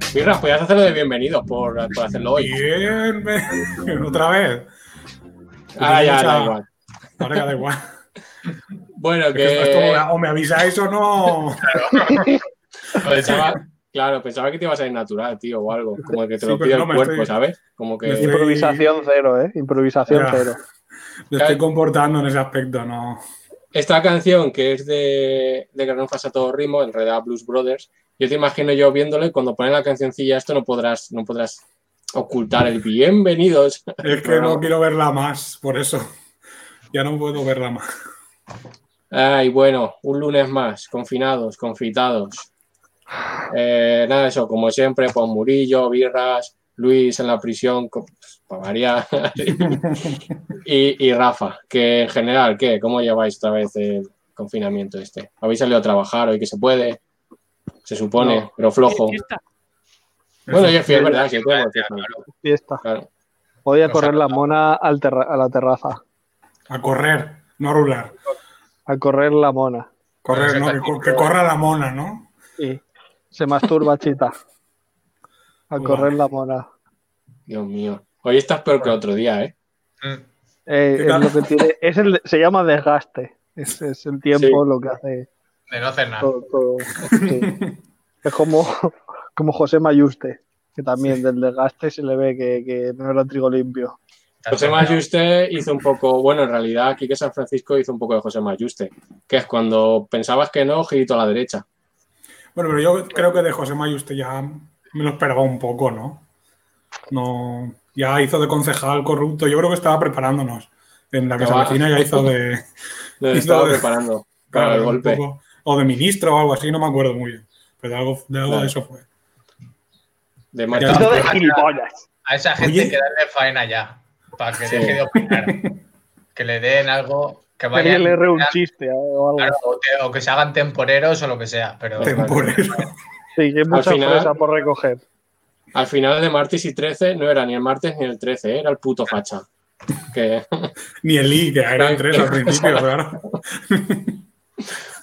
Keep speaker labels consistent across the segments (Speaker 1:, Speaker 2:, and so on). Speaker 1: Sierra, podías hacerlo de bienvenido por, por hacerlo hoy.
Speaker 2: Bien, bien. otra vez.
Speaker 1: Ah, ya, da
Speaker 2: Mucha-
Speaker 1: igual.
Speaker 2: Ahora que da igual.
Speaker 1: Bueno,
Speaker 2: Es que esto es como
Speaker 1: que.
Speaker 2: una- o me avisáis o no.
Speaker 1: Pensaba, claro, pensaba que te iba a salir natural, tío, o algo. Como que te
Speaker 2: Sí,
Speaker 1: lo
Speaker 2: pero
Speaker 1: pide
Speaker 2: no,
Speaker 1: el
Speaker 2: me
Speaker 1: cuerpo,
Speaker 2: estoy-
Speaker 1: ¿sabes? Como que.
Speaker 2: me estoy-
Speaker 3: Improvisación cero, ¿eh? Improvisación
Speaker 2: Ya.
Speaker 3: cero.
Speaker 2: Me estoy comportando en ese aspecto, no.
Speaker 1: Esta canción que es de, de Gran Fasa Todo Ritmo, en realidad Blues Brothers, yo te imagino yo viéndole, cuando ponen la cancioncilla esto no podrás, no podrás ocultar el bienvenidos.
Speaker 2: Es que no quiero verla más, por eso. Ya no puedo verla más.
Speaker 1: Ay, bueno, un lunes más, confinados, confitados. Eh, nada, de eso, como siempre, pues Murillo, Birras, Luis en la prisión, co- pues, para variar, y, y Rafa, que en general, ¿qué? ¿Cómo lleváis esta vez el confinamiento este? ¿Habéis salido a trabajar hoy que se puede? Se supone,
Speaker 3: No.
Speaker 1: pero flojo.
Speaker 4: Fiesta.
Speaker 1: Bueno, yo fui, es verdad, sí, claro,
Speaker 5: Ya,
Speaker 3: Fiesta.
Speaker 1: claro.
Speaker 3: Podía
Speaker 5: Nos
Speaker 3: correr
Speaker 5: ha
Speaker 3: la mona al terra- a la terraza.
Speaker 2: A correr, no a rular.
Speaker 3: A correr la mona.
Speaker 2: Correr,
Speaker 5: Pero
Speaker 2: ¿no?
Speaker 5: eso
Speaker 2: Que,
Speaker 5: está
Speaker 2: co-
Speaker 5: aquí,
Speaker 2: que
Speaker 5: pero-
Speaker 2: corra la mona, ¿no?
Speaker 3: Y se masturba chita. A
Speaker 2: Vale.
Speaker 3: correr la mona.
Speaker 1: Dios mío. Hoy estás peor que el otro día, ¿eh?
Speaker 5: Mm.
Speaker 3: Eh,
Speaker 2: ¿Qué
Speaker 3: es
Speaker 2: tal?
Speaker 3: lo que tiene, es el, se llama desgaste. Es, es el tiempo
Speaker 1: Sí.
Speaker 3: lo que hace
Speaker 5: De no hacer nada.
Speaker 3: todo. todo. Sí. Es como, como José Mayuste, que también del desgaste se le ve que, que no era trigo limpio.
Speaker 1: José Mayuste hizo un poco, bueno, en realidad aquí que San Francisco hizo un poco de José Mayuste, que es cuando pensabas que no, girito a la derecha.
Speaker 2: Bueno, pero yo creo que de José Mayuste ya me lo esperaba un poco, ¿no? No. Ya hizo de concejal corrupto. Yo creo que estaba preparándonos. En la que se
Speaker 1: Estaba-
Speaker 2: avecina ya hizo de.
Speaker 1: Lo
Speaker 2: Hizo-
Speaker 1: estaba preparando para el
Speaker 2: un
Speaker 1: golpe.
Speaker 2: poco- o de ministro o algo así, no me acuerdo muy bien. Pero de algo de, algo
Speaker 1: Claro.
Speaker 2: de eso fue.
Speaker 1: De
Speaker 2: Ya.
Speaker 1: Marta.
Speaker 3: Esto de
Speaker 5: Ah,
Speaker 3: gilipollas.
Speaker 5: A esa gente
Speaker 2: Oye.
Speaker 5: hay que darle faena ya, para que
Speaker 1: Sí.
Speaker 5: deje de opinar. Que le den algo, que
Speaker 3: Que alguien
Speaker 5: vayan.
Speaker 3: le re un chiste o algo.
Speaker 5: Claro, o, te- o que se hagan temporeros o lo que sea, pero
Speaker 2: Temporero.
Speaker 3: Sí, que hay mucha
Speaker 1: final-
Speaker 3: fresa por recoger.
Speaker 1: Al final de martes y 13 no era ni el martes ni el 13, era el puto facha. Que,
Speaker 2: Ni el I, que eran tres al principio, claro.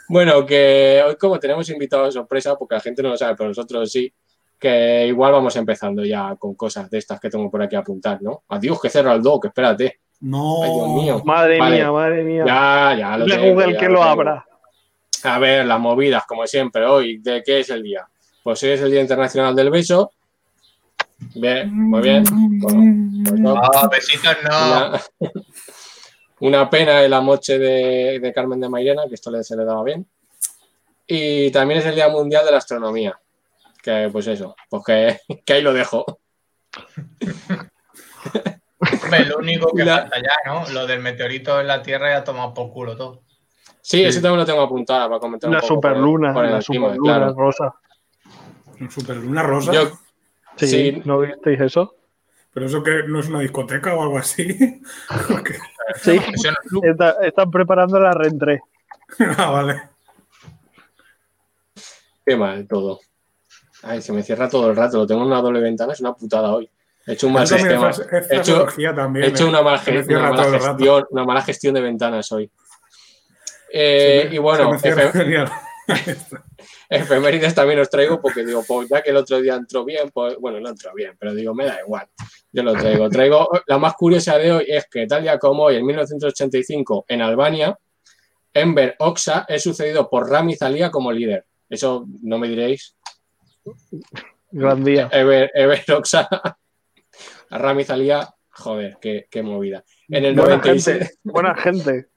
Speaker 1: bueno, que hoy como tenemos invitados sorpresa, porque la gente no lo sabe, pero nosotros sí, que igual vamos empezando ya con cosas de estas que tengo por aquí a apuntar, ¿no? Adiós, que cerro al do, que espérate.
Speaker 2: No.
Speaker 1: Ay, Dios mío.
Speaker 3: Madre
Speaker 1: Vale.
Speaker 3: mía, madre mía.
Speaker 1: Ya, ya lo
Speaker 3: Dile a
Speaker 1: tengo,
Speaker 3: Google
Speaker 1: ya
Speaker 3: que lo
Speaker 1: tengo.
Speaker 3: abra.
Speaker 1: A ver, las movidas, como siempre, hoy, ¿de qué es el día? Pues hoy es el Día Internacional del Beso. Bien, muy bien. Bueno, pues no,
Speaker 5: Ah, besitos no.
Speaker 1: una, una pena el amoche de, de Carmen de Mairena, que esto le- se le daba bien. Y también es el Día Mundial de la Astronomía. Que pues eso, pues que, que ahí lo dejo.
Speaker 5: Hombre, lo único que
Speaker 1: La-
Speaker 5: falta ya, ¿no? Lo del meteorito en la Tierra ya toma por culo todo.
Speaker 1: Sí, eso también lo tengo apuntado para comentar. un
Speaker 3: La
Speaker 1: poco por-
Speaker 3: superluna,
Speaker 1: por
Speaker 3: la
Speaker 1: encima,
Speaker 3: superluna
Speaker 1: claro.
Speaker 3: rosa.
Speaker 2: Un superluna rosa.
Speaker 1: Yo-
Speaker 3: Sí,
Speaker 1: Sí.
Speaker 3: ¿no visteis eso?
Speaker 2: Pero eso que no es una discoteca o algo así. Porque-
Speaker 3: Sí,
Speaker 5: Eso no-
Speaker 3: está- están preparando la reentré.
Speaker 2: ah, vale.
Speaker 1: Qué mal todo. Ay, se me cierra todo el rato. Lo tengo en una doble ventana, es una putada hoy. He hecho un mal
Speaker 2: Eso también
Speaker 1: sistema.
Speaker 2: es, es
Speaker 1: He hecho,
Speaker 2: fraseología también.
Speaker 1: he hecho
Speaker 2: ¿eh?
Speaker 1: una, mal
Speaker 2: Se me
Speaker 1: ge-
Speaker 2: cierra
Speaker 1: una
Speaker 2: todo
Speaker 1: mala
Speaker 2: el rato.
Speaker 1: gestión, una mala gestión de ventanas hoy.
Speaker 2: Se
Speaker 1: Eh,
Speaker 2: me-
Speaker 1: y bueno,
Speaker 2: se me cierra
Speaker 1: efe-
Speaker 2: genial.
Speaker 1: efemérides también os traigo porque digo, pues ya que el otro día entró bien, pues bueno, no entró bien, pero digo, me da igual. Yo lo traigo. Traigo la más curiosa de hoy es que tal día como hoy, en 1985, en Albania, Enver Oxa es sucedido por Rami Zalia como líder. Eso no me diréis
Speaker 3: Gran día.
Speaker 1: Ever, Everoxa. A Rami Zalía, joder, qué, qué movida. En el,
Speaker 3: Buena
Speaker 1: 97,
Speaker 3: gente. Buena gente.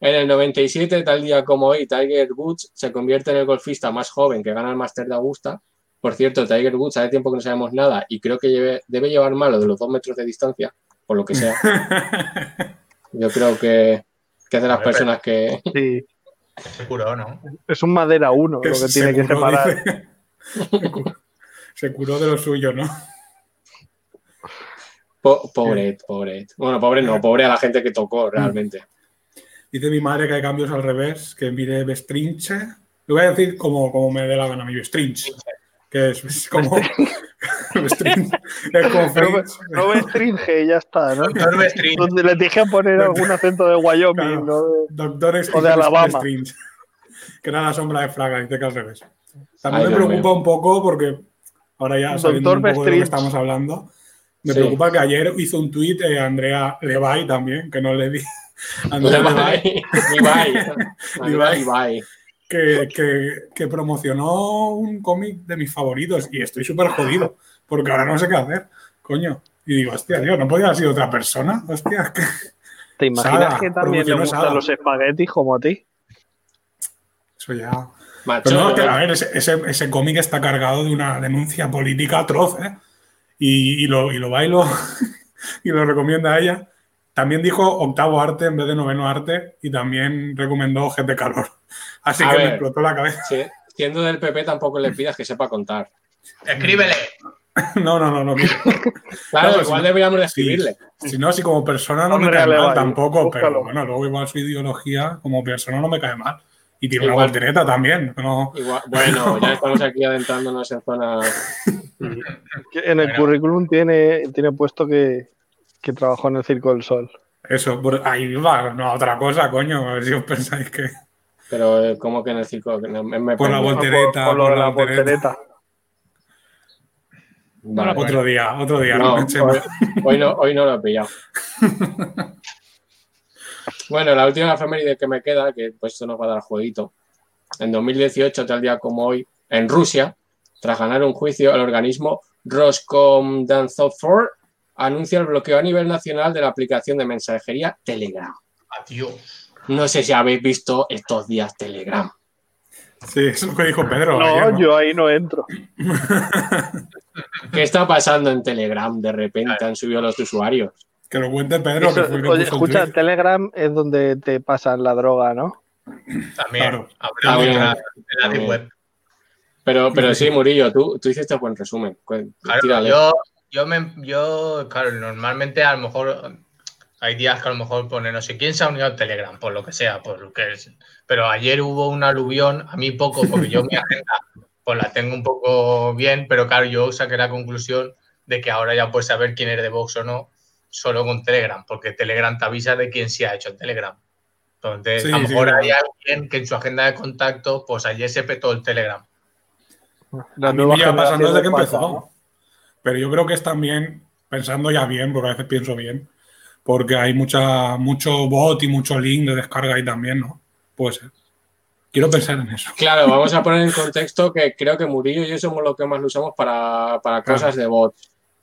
Speaker 1: en el 97, tal día como hoy, Tiger Woods se convierte en el golfista más joven que gana el Master de Augusta. Por cierto, Tiger Woods hace tiempo que no sabemos nada y creo que lleve- debe llevar malo de los dos metros de distancia, por lo que sea. Yo creo que, que es de las
Speaker 5: Hombre,
Speaker 1: personas que...
Speaker 3: Sí.
Speaker 5: Seguro, ¿no?
Speaker 3: Es un madera 1 lo que
Speaker 2: se
Speaker 3: tiene que
Speaker 2: curó,
Speaker 3: separar.
Speaker 2: dice. Se curó- Se curó de lo suyo, ¿no?
Speaker 1: po- pobre, pobre. Bueno, pobre no, pobre a la gente que tocó realmente.
Speaker 2: Dice mi madre que hay cambios al revés, que mire Bestrinche. Lo voy a decir como, como me dé la gana, mi Bestrinche. Que es, es como. Bestrinche. Es como Fringe.
Speaker 3: No me estringe y ya está, ¿no?
Speaker 5: Doctor Bestringe.
Speaker 3: Donde le dije a poner algún acento de Wyoming, ¿no? De-
Speaker 2: Doctor
Speaker 3: O de Alabama.
Speaker 2: Strange, que era la sombra de Fraga, dice que al revés. También
Speaker 1: Ay,
Speaker 2: me
Speaker 1: Dios
Speaker 2: preocupa un poco porque ahora ya sabiendo
Speaker 3: Doctor
Speaker 2: un poco de lo que
Speaker 3: Bestringe.
Speaker 2: estamos hablando. Me
Speaker 1: Sí.
Speaker 2: preocupa que ayer hizo un tuit eh, Andrea Levay también, que no le di. Andrea Levay,
Speaker 1: Levi. Levi. Levi.
Speaker 2: que, que- que promocionó un cómic de mis favoritos y estoy súper jodido, porque ahora no sé qué hacer, coño. Y digo, hostia, tío, ¿no podía haber sido otra persona? Hostia, es que...
Speaker 3: ¿Te imaginas
Speaker 2: Sara,
Speaker 3: que también le
Speaker 2: promocionó
Speaker 3: gustan
Speaker 2: Sara.
Speaker 3: los espaguetis como a ti?
Speaker 2: Eso ya...
Speaker 1: Macho,
Speaker 2: Pero no, que, a ver, ese, ese- ese cómic está cargado de una denuncia política atroz, ¿eh? Y, y lo, y lo bailo y lo recomienda a ella. También dijo octavo arte en vez de noveno arte y también recomendó Gente Calor. Así
Speaker 1: A
Speaker 2: que
Speaker 1: ver.
Speaker 2: me explotó la cabeza.
Speaker 1: si- siendo del PP tampoco le pidas que sepa contar.
Speaker 5: Escríbele.
Speaker 2: No, no, no, no.
Speaker 1: Claro,
Speaker 2: No, pero
Speaker 1: igual
Speaker 2: si no-
Speaker 1: deberíamos de
Speaker 2: sí.
Speaker 1: escribirle.
Speaker 2: Si no, si como persona no me
Speaker 3: Hombre,
Speaker 2: cae
Speaker 3: le
Speaker 2: mal
Speaker 3: vale.
Speaker 2: tampoco,
Speaker 3: Búscalo.
Speaker 2: pero bueno, luego igual su ideología como persona no me cae mal. Y tiene una
Speaker 1: Igual.
Speaker 2: voltereta también. No,
Speaker 1: Igual- bueno, ya estamos aquí adentrándonos en zona.
Speaker 3: Que en el
Speaker 5: Bueno.
Speaker 3: currículum tiene, tiene puesto que, que trabajó en el Circo del Sol.
Speaker 2: eso, por- ahí va, no, otra cosa, coño. A ver si os pensáis que...
Speaker 1: Pero eh, como que en el circo. que no- me- me-
Speaker 2: Por la
Speaker 1: vale.
Speaker 2: voltereta.
Speaker 3: por, por lo
Speaker 2: por
Speaker 3: de la voltereta.
Speaker 2: Otro día, otro día.
Speaker 1: No,
Speaker 2: No, pensemos.
Speaker 1: Hoy no, hoy no lo he pillado. bueno, la última efeméride que me queda, que pues esto nos va a dar jueguito. En 2018, tal día como hoy, en Rusia, tras ganar un juicio, el organismo Roskomnadzor anuncia el bloqueo a nivel nacional de la aplicación de mensajería Telegram.
Speaker 5: Adiós.
Speaker 1: No sé si habéis visto estos días Telegram.
Speaker 2: Sí, es lo que dijo Pedro. ayer,
Speaker 3: No, yo ahí no entro.
Speaker 1: ¿Qué está pasando en Telegram? De repente han subido los usuarios.
Speaker 2: Que lo cuente Pedro,
Speaker 3: Eso-
Speaker 2: que fue el que
Speaker 3: oye,
Speaker 2: puso el
Speaker 3: escucha,
Speaker 2: tweet.
Speaker 3: Telegram es donde te pasan la droga, ¿no?
Speaker 5: También.
Speaker 2: Claro.
Speaker 5: Habrá
Speaker 1: También.
Speaker 5: otra de la Deep Web.
Speaker 1: Pero, pero sí, Murillo, tú, tú hiciste buen resumen. Cu-
Speaker 5: Claro,
Speaker 1: Tírale.
Speaker 5: yo, yo, me, yo, claro, normalmente a lo mejor hay días que a lo mejor pone no sé quién se ha unido a Telegram, por lo que sea, por lo que es. Pero ayer hubo un aluvión, a mí poco, porque yo mi agenda pues la tengo un poco bien, pero claro, yo saqué la conclusión de que ahora ya puedes saber quién es de Vox o no solo con Telegram, porque Telegram te avisa de quién se ha hecho en Telegram. Entonces,
Speaker 2: Sí,
Speaker 5: a lo
Speaker 2: sí,
Speaker 5: mejor
Speaker 2: claro.
Speaker 5: hay alguien que en su agenda de contacto, pues ayer se petó el Telegram.
Speaker 3: La
Speaker 2: A mí
Speaker 3: nueva
Speaker 2: me lleva pasando
Speaker 3: generación
Speaker 2: desde que
Speaker 3: pasa,
Speaker 2: empezó.
Speaker 3: ¿no?
Speaker 2: Pero yo creo que es también, pensando ya bien, porque a veces pienso bien, porque hay mucha, mucho bot y mucho link de descarga ahí también, ¿no? Puede ser. Quiero pensar en eso.
Speaker 1: Claro, vamos a poner en contexto que creo que Murillo y yo somos los que más lo usamos para, para cosas de bot.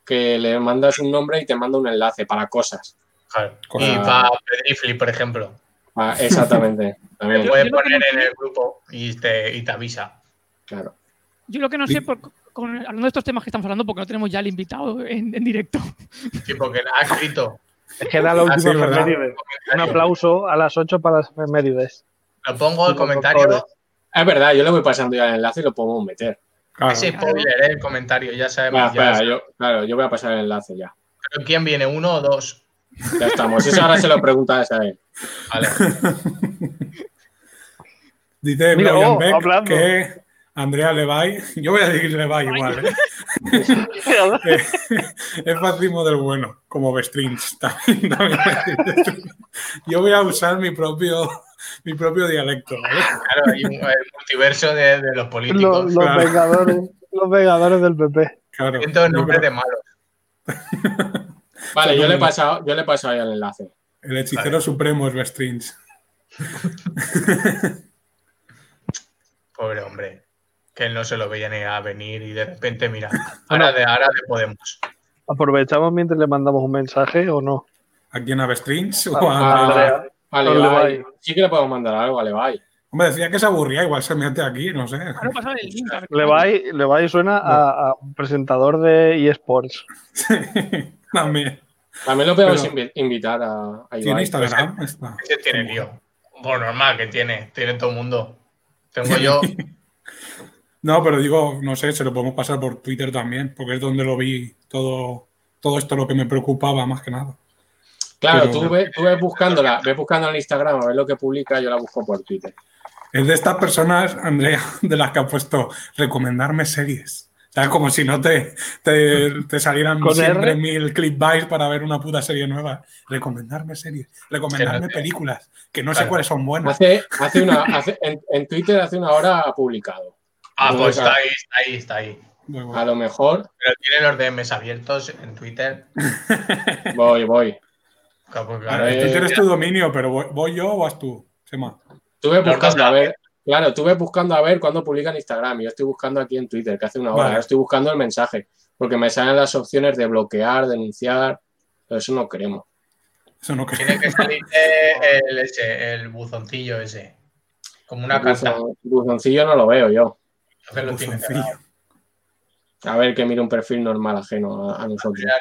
Speaker 1: Que le mandas un nombre y te manda un enlace para cosas.
Speaker 5: Claro.
Speaker 2: Cosa-
Speaker 5: Y va Pedrifli, por ejemplo.
Speaker 1: Ah, exactamente.
Speaker 5: Te
Speaker 1: También,
Speaker 5: puedes
Speaker 4: Yo creo que
Speaker 5: poner
Speaker 4: no
Speaker 5: en el grupo y te, y te avisa.
Speaker 1: claro.
Speaker 4: Yo lo que no sé, por- con- hablando de estos temas que estamos hablando, porque no tenemos ya al invitado en, en directo.
Speaker 5: Sí, porque ha escrito.
Speaker 3: Es que da la última
Speaker 2: sí, ¿verdad?
Speaker 3: efeméride. Un aplauso a las 8 para las efemérides.
Speaker 5: Lo pongo el
Speaker 3: Sí,
Speaker 5: comentario.
Speaker 3: doctores.
Speaker 1: Es verdad, yo le voy pasando ya el enlace y lo podemos meter.
Speaker 2: Claro.
Speaker 5: Ese spoiler, ¿eh? el comentario, ya
Speaker 1: Espera,
Speaker 5: sabemos. ya
Speaker 1: Ah. espera,
Speaker 5: sabemos.
Speaker 1: yo, claro, yo voy a pasar el enlace ya.
Speaker 5: Pero ¿Quién viene? ¿Uno o dos?
Speaker 1: Ya estamos. Eso ahora se lo preguntas a él.
Speaker 5: Vale.
Speaker 2: Dice
Speaker 3: Mira,
Speaker 2: Brian
Speaker 3: oh,
Speaker 2: Beck
Speaker 3: hablando.
Speaker 2: que Andrea Levay, yo voy a decir Levay igual, ¿eh? Eh, es fascismo del bueno, como Bestringe. También, también voy a decir Bestringe. Yo voy a usar mi propio, mi propio dialecto. ¿vale?
Speaker 5: Claro, hay un- el multiverso de, de los
Speaker 3: Los,
Speaker 5: políticos.
Speaker 3: los
Speaker 2: claro.
Speaker 3: vengadores, los vengadores del PP.
Speaker 2: Claro.
Speaker 5: Siento el
Speaker 2: yo
Speaker 5: nombre
Speaker 2: creo-
Speaker 5: de malo.
Speaker 1: Vale, yo le he pasado, yo le he pasado ya el enlace.
Speaker 2: El hechicero supremo es Bestringe.
Speaker 5: Pobre hombre. Que él no se lo veía ni a venir y de repente, mira,
Speaker 1: Ah,
Speaker 5: ahora de, ahora de Podemos.
Speaker 3: ¿Aprovechamos mientras le mandamos un mensaje o no?
Speaker 2: ¿A quién a Bestringe? O
Speaker 1: Ah,
Speaker 2: a-
Speaker 1: Andrea.
Speaker 3: Andrea,
Speaker 1: Vale,
Speaker 3: Ole,
Speaker 1: bye.
Speaker 3: bye.
Speaker 1: Sí que le podemos mandar algo, vale, bye.
Speaker 2: Hombre, decía que se aburría, igual se mete aquí, no sé.
Speaker 4: Ahora pasar el link. a ver.
Speaker 3: Levay, Levay suena a, a un presentador de eSports.
Speaker 2: También.
Speaker 1: También lo podemos
Speaker 2: Pero-
Speaker 1: invi- invitar a, a
Speaker 2: ¿Tiene
Speaker 1: Ibai.
Speaker 2: Instagram? Está.
Speaker 5: Ese tiene lío. Bueno, normal que tiene. Tiene todo el mundo. Tengo yo.
Speaker 2: No, pero digo, no sé, se lo podemos pasar por Twitter también, porque es donde lo vi todo, todo esto lo que me preocupaba más que nada.
Speaker 1: Claro,
Speaker 2: Pero-
Speaker 1: tú ves, tú ves buscándola, ves buscando en Instagram, a ver lo que publica, yo la busco por Twitter.
Speaker 2: Es de estas personas, Andrea, de las que ha puesto recomendarme series. O sea, como si no te, te, te salieran
Speaker 3: Con
Speaker 2: siempre
Speaker 3: R.
Speaker 2: mil clickbaits para ver una puta serie nueva. Recomendarme series, recomendarme
Speaker 5: Que no-
Speaker 2: películas, que no sé
Speaker 5: Claro. Pues,
Speaker 2: cuáles son buenas.
Speaker 1: Hace, hace una, hace- en, en Twitter hace una hora ha publicado.
Speaker 5: Ah, pues está ahí, está ahí, está ahí.
Speaker 2: Muy bueno.
Speaker 1: A lo mejor
Speaker 5: Pero tiene los DMs abiertos en Twitter.
Speaker 1: voy, voy.
Speaker 5: Como que,
Speaker 2: Claro,
Speaker 1: eh,
Speaker 2: tú tienes tu dominio, pero voy, voy yo o vas tú, Chema.
Speaker 1: Estuve
Speaker 5: Los
Speaker 1: buscando
Speaker 5: dos
Speaker 1: a ver. Claro, estuve buscando a ver cuándo publican Instagram. Yo estoy buscando aquí en Twitter, que hace una hora.
Speaker 2: Vale.
Speaker 1: Ahora estoy buscando el mensaje, porque me salen las opciones de bloquear, denunciar. Pero eso no queremos.
Speaker 2: Eso no creo.
Speaker 5: Tiene que salir eh, el, ese, el buzoncillo ese. Como una
Speaker 1: El
Speaker 5: carta.
Speaker 1: buzon- buzoncillo no lo veo yo.
Speaker 5: Entonces lo tiene que dar.
Speaker 2: Buzoncillo.
Speaker 1: A ver que mire un perfil normal ajeno a, a nosotros.
Speaker 5: Mira,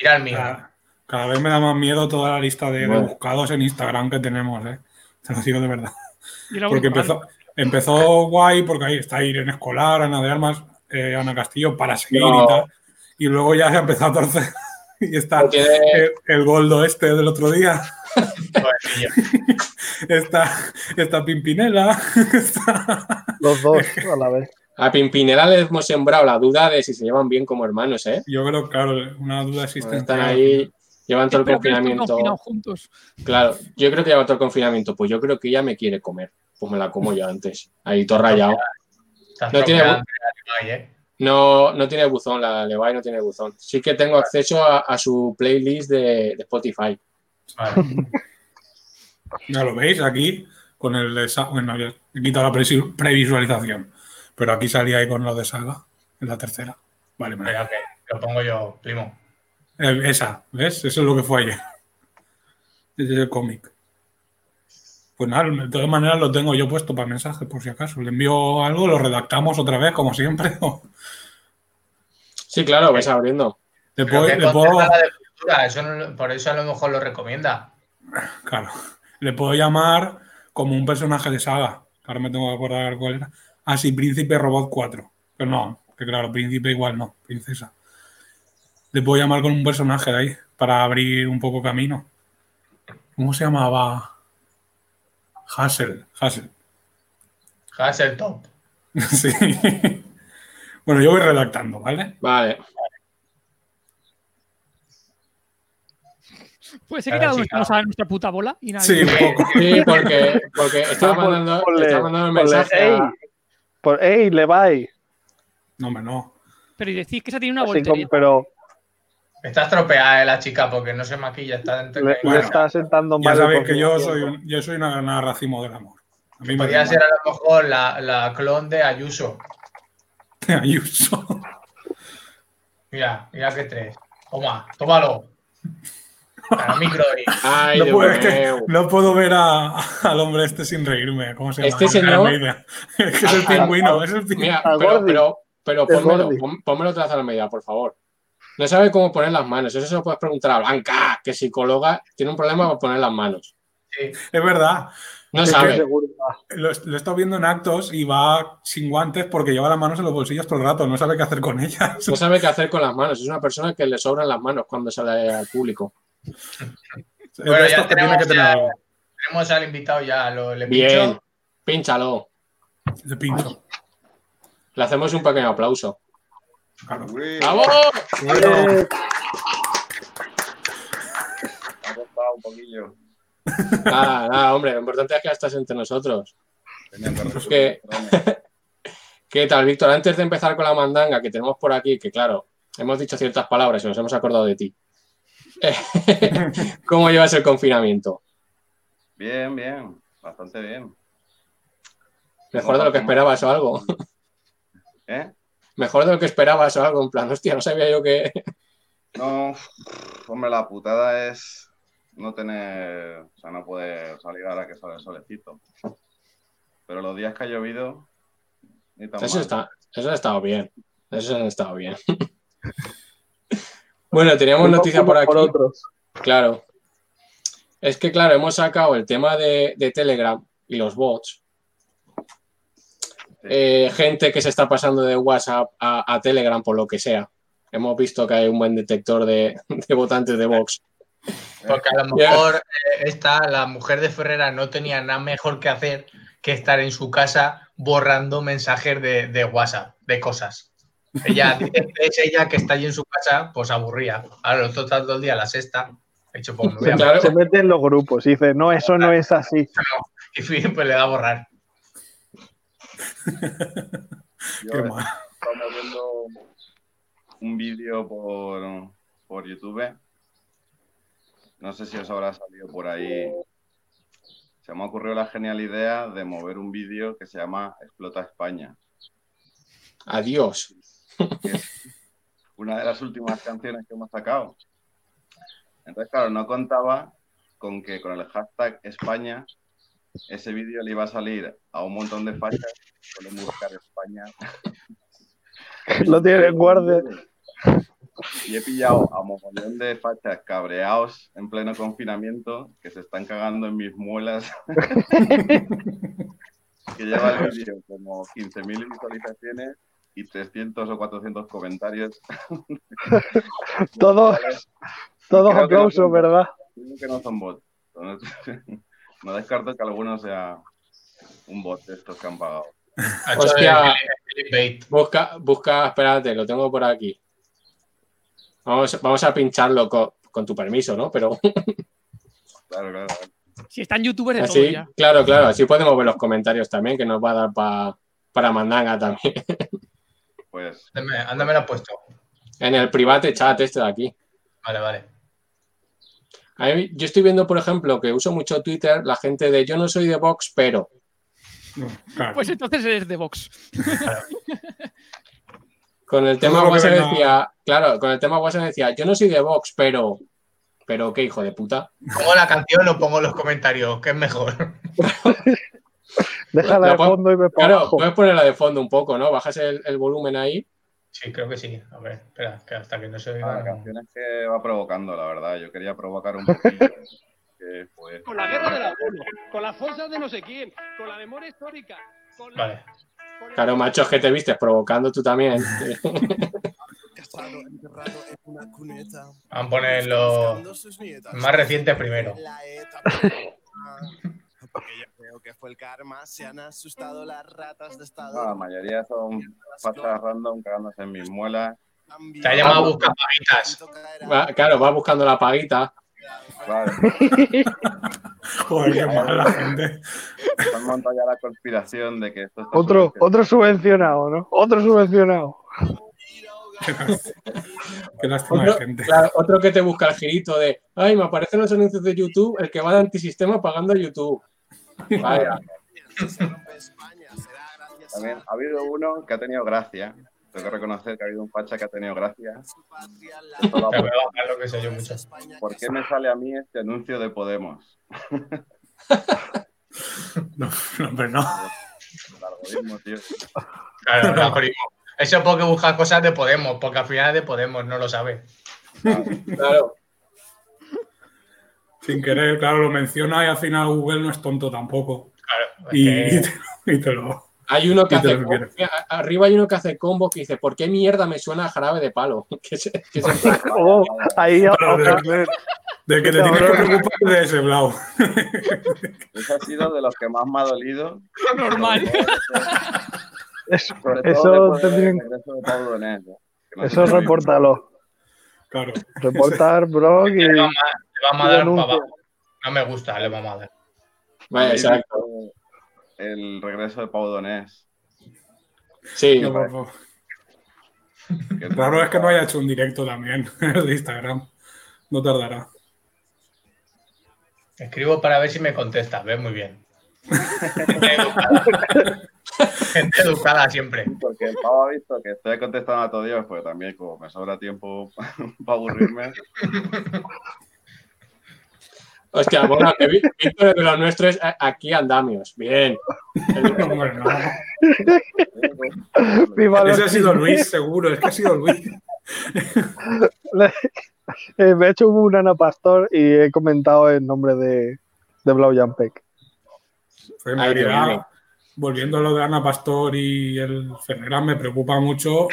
Speaker 5: mira el mío.
Speaker 2: Cada, cada vez me da más miedo toda la lista de, de
Speaker 1: Bueno.
Speaker 2: buscados en Instagram que tenemos, ¿eh? Te lo digo de verdad.
Speaker 4: Yo lo hago
Speaker 2: Porque
Speaker 4: normal.
Speaker 2: empezó, empezó guay, porque ahí está Irene Escolar, Ana de Armas, eh, Ana Castillo, para seguir
Speaker 1: No.
Speaker 2: y tal. Y luego ya se ha empezado a torcer. y está
Speaker 1: No tiene-
Speaker 2: el, el goldo este del otro día.
Speaker 5: Buzoncillo.
Speaker 2: Está, está Pimpinela. está-
Speaker 3: Los dos a la vez.
Speaker 1: A Pimpinela le hemos sembrado la duda de si se llevan bien como hermanos, ¿eh?
Speaker 2: Yo creo, claro, una duda
Speaker 1: Porque
Speaker 2: existente.
Speaker 1: Están ahí, llevan todo el
Speaker 4: Espero que estén
Speaker 1: confinamiento.
Speaker 4: confinados juntos.
Speaker 1: Claro, yo creo que lleva todo el confinamiento. Pues yo creo que ella me quiere comer. Pues me la como yo antes. Ahí todo rayado.
Speaker 5: Estás
Speaker 1: No tiene
Speaker 5: tropeando, Levi, ¿eh?
Speaker 1: No, no tiene buzón, la Levi no tiene buzón. Sí que tengo acceso a, a su playlist de, de Spotify.
Speaker 5: Vale.
Speaker 2: Ya lo veis aquí, con el de Sa- Bueno, ya he quitado la presi- previsualización. Pero aquí salía ahí con lo de Saga, en la tercera. Vale, me la-
Speaker 5: Espera, que lo pongo yo, primo.
Speaker 2: Eh, Esa, ¿ves? Eso es lo que fue ayer. Ese es el cómic. Pues nada, de todas maneras lo tengo yo puesto para mensajes, por si acaso. Le envío algo, lo redactamos otra vez, como siempre. o-
Speaker 1: Sí, claro, ves abriendo.
Speaker 2: Le
Speaker 5: Pero
Speaker 2: puedo,
Speaker 5: que
Speaker 2: le puedo-
Speaker 5: contenta la de cultura, eso no lo- por eso a lo mejor lo recomienda.
Speaker 2: claro, le puedo llamar como un personaje de saga. Ahora me tengo que acordar cuál era. Así, Príncipe Robot 4. Pero no, que claro, Príncipe igual no, Princesa. Le puedo llamar con un personaje de ahí para abrir un poco camino. ¿Cómo se llamaba? Hassel, Hassel.
Speaker 5: Hassel top.
Speaker 2: Sí. Bueno, yo voy redactando, ¿vale?
Speaker 1: Vale.
Speaker 4: Puede ser
Speaker 5: A
Speaker 4: que
Speaker 5: ver
Speaker 4: cada
Speaker 5: si
Speaker 4: uno
Speaker 5: cada-
Speaker 4: nos haga nuestra puta bola y nada.
Speaker 2: Sí, un poco.
Speaker 1: Sí, porque, porque estaba
Speaker 3: Pon-
Speaker 1: mandando,
Speaker 3: Ah, pues, ponle-
Speaker 1: estaba mandando el
Speaker 3: ponle,
Speaker 1: mensaje.
Speaker 3: "Ey".
Speaker 1: a-
Speaker 3: Por, ¡Ey, Levi!
Speaker 2: No, hombre, no.
Speaker 4: Pero y decís que esa tiene una
Speaker 3: Así como-
Speaker 4: voltería.
Speaker 3: pero
Speaker 5: Está estropeada eh, la chica porque no se maquilla, está
Speaker 3: le,
Speaker 5: entre...
Speaker 3: le
Speaker 2: Bueno,
Speaker 3: está sentando
Speaker 2: Ya
Speaker 3: mal. el
Speaker 2: sabéis que yo soy,
Speaker 3: confinamiento.
Speaker 2: un- yo soy una granada racimo del amor. A mí me
Speaker 5: Podría
Speaker 2: da
Speaker 5: ser a lo mejor la, la clon de Ayuso.
Speaker 2: igual. Ayuso.
Speaker 5: Mira, mira que tres. Toma, tómalo. Para micro y
Speaker 1: Ay,
Speaker 2: No
Speaker 1: Dios
Speaker 2: puedo, es que
Speaker 1: mío.
Speaker 2: no puedo ver a- al hombre este sin reírme. ¿Cómo se llama?
Speaker 1: Este señor-
Speaker 2: Almeida. Es que es el pingüino. Es el pingüino.
Speaker 1: Mira,
Speaker 3: Al
Speaker 1: pero,
Speaker 3: Gordi.
Speaker 1: pero, pero
Speaker 3: El
Speaker 1: pónmelo,
Speaker 3: Gordi.
Speaker 1: pon- pónmelo otra vez a la medida, por favor. No sabe cómo poner las manos. Eso se lo puedes preguntar a Blanca, que psicóloga, tiene un problema para poner las manos.
Speaker 5: sí.
Speaker 2: Es verdad.
Speaker 1: No
Speaker 3: Es que
Speaker 1: sabe.
Speaker 3: seguro va.
Speaker 2: Lo, lo he estado viendo en actos y va sin guantes porque lleva las manos en los bolsillos todo el rato. No sabe qué hacer con ellas.
Speaker 5: Pues,
Speaker 1: No sabe qué hacer con las manos. Es una persona que le sobran las manos cuando sale al público.
Speaker 2: Es
Speaker 5: Bueno,
Speaker 2: de
Speaker 5: ya
Speaker 2: estos que tiene
Speaker 5: tenemos
Speaker 2: que tener
Speaker 5: ya-
Speaker 2: algo.
Speaker 5: Tenemos al invitado ya, lo, le
Speaker 1: Bien.
Speaker 5: pincho.
Speaker 1: Pínchalo.
Speaker 2: Le pincho.
Speaker 1: Le hacemos un pequeño aplauso.
Speaker 2: Claro.
Speaker 1: ¡Bravo!
Speaker 2: Bueno,
Speaker 6: Ha costado un poquillo.
Speaker 1: Nada, nada, hombre. Lo importante es que estás entre nosotros.
Speaker 6: Venía tarde,
Speaker 1: que-
Speaker 6: perdón.
Speaker 1: ¿Qué tal, Víctor? Antes de empezar con la mandanga que tenemos por aquí, que claro, hemos dicho ciertas palabras y nos hemos acordado de ti. ¿Cómo llevas el confinamiento?
Speaker 6: Bien, bien, bastante bien.
Speaker 1: ¿Mejor de lo que esperabas o algo?
Speaker 6: ¿Eh?
Speaker 1: Mejor de lo que esperabas o algo, en plan, hostia, no sabía yo que...
Speaker 6: No, hombre, la putada es no tener, o sea, no poder salir ahora que sale el solecito. Pero los días que ha llovido, ni tan
Speaker 1: Eso,
Speaker 6: mal.
Speaker 1: está, eso ha estado bien, eso ha estado bien. Bueno, teníamos
Speaker 3: Uno
Speaker 1: noticia por
Speaker 3: como
Speaker 1: aquí,
Speaker 3: otros.
Speaker 1: claro. Es que, claro, hemos sacado el tema de, de Telegram y los bots. Eh, gente que se está pasando de WhatsApp a, a Telegram por lo que sea. Hemos visto que hay un buen detector de, de votantes de Vox.
Speaker 5: Porque a lo
Speaker 1: Ya.
Speaker 5: mejor eh, esta, la mujer de Ferrera no tenía nada mejor que hacer que estar en su casa borrando mensajes de, de WhatsApp, de cosas. Ella dice, es ella que está allí en su casa, pues aburría. Ahora lo total todo el día a la sexta. He hecho, pues, me voy a-
Speaker 1: Claro.
Speaker 3: Se mete en los grupos y dice, no, eso no es así.
Speaker 5: Y pues le da a borrar.
Speaker 6: Yo,
Speaker 2: qué
Speaker 6: eh,
Speaker 2: mal.
Speaker 6: estamos viendo un vídeo por, por YouTube. No sé si os habrá salido por ahí. Se me ha ocurrido la genial idea de mover un vídeo que se llama Explota España.
Speaker 1: Adiós.
Speaker 6: que es una de las últimas canciones que hemos sacado. Entonces, claro, no contaba con que con el hashtag España ese vídeo le iba a salir a un montón de fachas que suelen buscar España.
Speaker 3: Lo tienen en guardia.
Speaker 6: Y he pillado a montón de fachas cabreados en pleno confinamiento que se están cagando en mis muelas. que lleva el vídeo como 15.000 visualizaciones y 300 o 400 comentarios.
Speaker 3: Todos, todos
Speaker 6: Creo que no
Speaker 3: aplausos,
Speaker 6: son-
Speaker 3: ¿verdad?
Speaker 6: Digo que no son bots. Entonces, no descarto que alguno sea un bot de estos que han pagado.
Speaker 5: Ha hecho
Speaker 1: Hostia.
Speaker 5: el clickbait.
Speaker 1: Busca, busca, espérate, lo tengo por aquí. Vamos, vamos a pincharlo co- con, tu permiso, ¿no? Pero
Speaker 6: Claro, claro.
Speaker 4: Si están youtubers de todo
Speaker 1: así,
Speaker 4: ya.
Speaker 1: Ah, claro, claro, así podemos ver los comentarios también, que nos va a dar pa- para mandanga también.
Speaker 6: Pues
Speaker 5: Ándame, ándame lo has puesto.
Speaker 1: En el private chat este de aquí.
Speaker 5: Vale, vale.
Speaker 1: A mí- yo estoy viendo, por ejemplo, que uso mucho Twitter, la gente de yo no soy de Vox, pero.
Speaker 2: No, claro.
Speaker 4: Pues entonces eres de Vox.
Speaker 1: Con el tema
Speaker 2: Todo lo que
Speaker 1: Guasa
Speaker 2: venga-
Speaker 1: decía, claro, con el tema Guasa decía, yo no soy de Vox, pero. Pero qué hijo de puta.
Speaker 5: ¿Pongo la canción o pongo los comentarios? ¿Qué es mejor?
Speaker 3: Déjala de
Speaker 1: La pon-
Speaker 3: fondo y me para
Speaker 1: Claro,
Speaker 3: abajo.
Speaker 1: puedes ponerla de fondo un poco, ¿no? Bajas el, el volumen ahí.
Speaker 5: Sí, creo que sí. A ver, espera, que hasta que no se
Speaker 6: Ah, la
Speaker 5: oiga. no.
Speaker 6: canción es que va provocando, la verdad. Yo quería provocar un poquillo. que fue-
Speaker 7: Con la guerra del abuelo, con las fosas de no sé quién, con la memoria histórica, con la...
Speaker 5: Vale.
Speaker 7: con el-
Speaker 1: Claro, macho, es que te vistes provocando tú también.
Speaker 8: Casado, enterrado en una cuneta.
Speaker 5: Vamos a poner los más recientes primero.
Speaker 8: La etapa moderna, Porque yo creo que fue el karma. Se han asustado las ratas de
Speaker 6: No, la
Speaker 8: estado.
Speaker 6: mayoría son fachas random cagándose en mis muelas.
Speaker 5: Te ha llamado
Speaker 1: Ah,
Speaker 5: a buscar pavitas.
Speaker 1: Va- claro, va buscando la paguita.
Speaker 6: Claro,
Speaker 2: Joder, qué mala la gente.
Speaker 6: han montado ya la conspiración de que esto está
Speaker 3: Otro,
Speaker 6: subiendo.
Speaker 3: otro subvencionado, ¿no? Otro subvencionado.
Speaker 2: Qué lástima
Speaker 1: Otro,
Speaker 2: de gente.
Speaker 1: claro, otro que te busca el girito de, ay, me aparecen los anuncios de YouTube, el que va de antisistema pagando a YouTube. Vaya,
Speaker 6: También ha habido uno que ha tenido gracia. Tengo que reconocer que ha habido un facha que ha tenido gracia. Esto
Speaker 1: ah,
Speaker 6: lo ha
Speaker 5: Te voy a bajar lo que sé yo mucho.
Speaker 6: ¿Por qué me sale a mí este anuncio de Podemos?
Speaker 2: No, no, pero no.
Speaker 6: El algoritmo, tío.
Speaker 5: Claro, no, primo. Eso es porque buscas cosas de Podemos, porque al final es de Podemos, no lo sabes.
Speaker 1: claro.
Speaker 2: Sin querer, claro, lo menciona y al final Google no es tonto tampoco.
Speaker 5: Claro. es
Speaker 2: Y,
Speaker 5: que-
Speaker 2: y te, y te lo.
Speaker 1: Hay uno que
Speaker 2: Y te
Speaker 1: hace
Speaker 2: lo
Speaker 1: combo-
Speaker 2: quieres.
Speaker 1: mira, a- arriba hay uno que hace combo que dice, ¿por qué mierda me suena a jarabe de palo? Que se- que se-
Speaker 3: Oh, ahí otra vez.
Speaker 2: De
Speaker 5: Este
Speaker 2: que te
Speaker 3: Qué
Speaker 2: tienes que
Speaker 3: cabrón.
Speaker 2: preocupar de ese Blau.
Speaker 6: Ese ha sido de los que más me ha dolido.
Speaker 4: Normal.
Speaker 3: Eso,
Speaker 6: este- Sobre todo
Speaker 3: eso,
Speaker 6: después del
Speaker 3: tendrían-
Speaker 6: regreso de Pau Donés, ¿no? Que
Speaker 3: eso
Speaker 6: no sé si lo vimos.
Speaker 3: repórtalo.
Speaker 2: Claro.
Speaker 3: Reportar, bro, y
Speaker 5: Le vamos a, le vamos a
Speaker 3: y
Speaker 5: dar para
Speaker 3: anuncio.
Speaker 5: abajo. No me gusta, le vamos a dar.
Speaker 1: Vaya, exacto.
Speaker 6: El regreso de Pau Donés.
Speaker 1: Sí,
Speaker 2: Yo, por favor.
Speaker 6: que es-
Speaker 2: Raro es que no haya hecho un directo también de Instagram. No tardará.
Speaker 5: Escribo para ver si me contesta. Ves muy bien. Gente educada. Gente educada siempre.
Speaker 6: Porque el Pau ha visto que estoy contestando a todo Dios, porque también como me sobra tiempo para aburrirme.
Speaker 1: hostia, bueno, que Ví- Víctor de los nuestros es a- aquí andamios. Bien.
Speaker 2: Hombre, no.
Speaker 3: viva los-
Speaker 2: Ese ha sido Luis, seguro. Es que ha sido Luis.
Speaker 3: eh, me he hecho un Ana Pastor y he comentado el nombre de, de Blau Jampek.
Speaker 2: Fue en
Speaker 1: Ay, qué
Speaker 2: realidad,
Speaker 1: bueno.
Speaker 2: volviendo a lo de Ana Pastor y el Ferreras, me preocupa mucho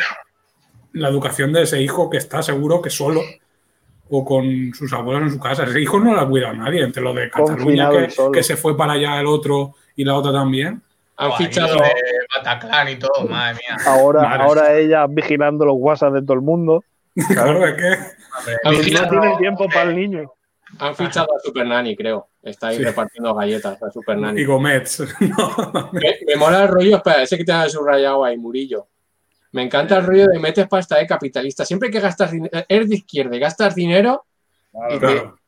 Speaker 2: la educación de ese hijo que está seguro que solo o con sus abuelos en su casa. Ese hijo no la cuida a nadie, entre lo de Cataluña
Speaker 3: Confinado
Speaker 2: que,
Speaker 3: y solo.
Speaker 2: que se fue para allá el otro y la otra también.
Speaker 1: Han
Speaker 5: Buah, y
Speaker 1: fichado,
Speaker 5: lo de Bataclan y todo, madre mía.
Speaker 3: Ahora,
Speaker 2: Madre.
Speaker 3: ahora ella vigilando los WhatsApp de todo el mundo.
Speaker 2: Claro, es que
Speaker 5: hombre.
Speaker 1: han
Speaker 3: No
Speaker 1: fichado-
Speaker 3: tiene tiempo para el niño.
Speaker 1: han fichado a Super Nani, creo. Está ahí
Speaker 2: Sí.
Speaker 1: repartiendo galletas a Super Nani.
Speaker 2: y Gómez. ¿no?
Speaker 1: Me, me mola el rollo, espera, ese que te ha subrayado ahí, Murillo. Me encanta el rollo de metes pasta de capitalista. Siempre que gastas dinero, eres de izquierda y gastas dinero
Speaker 6: Claro,
Speaker 2: Claro.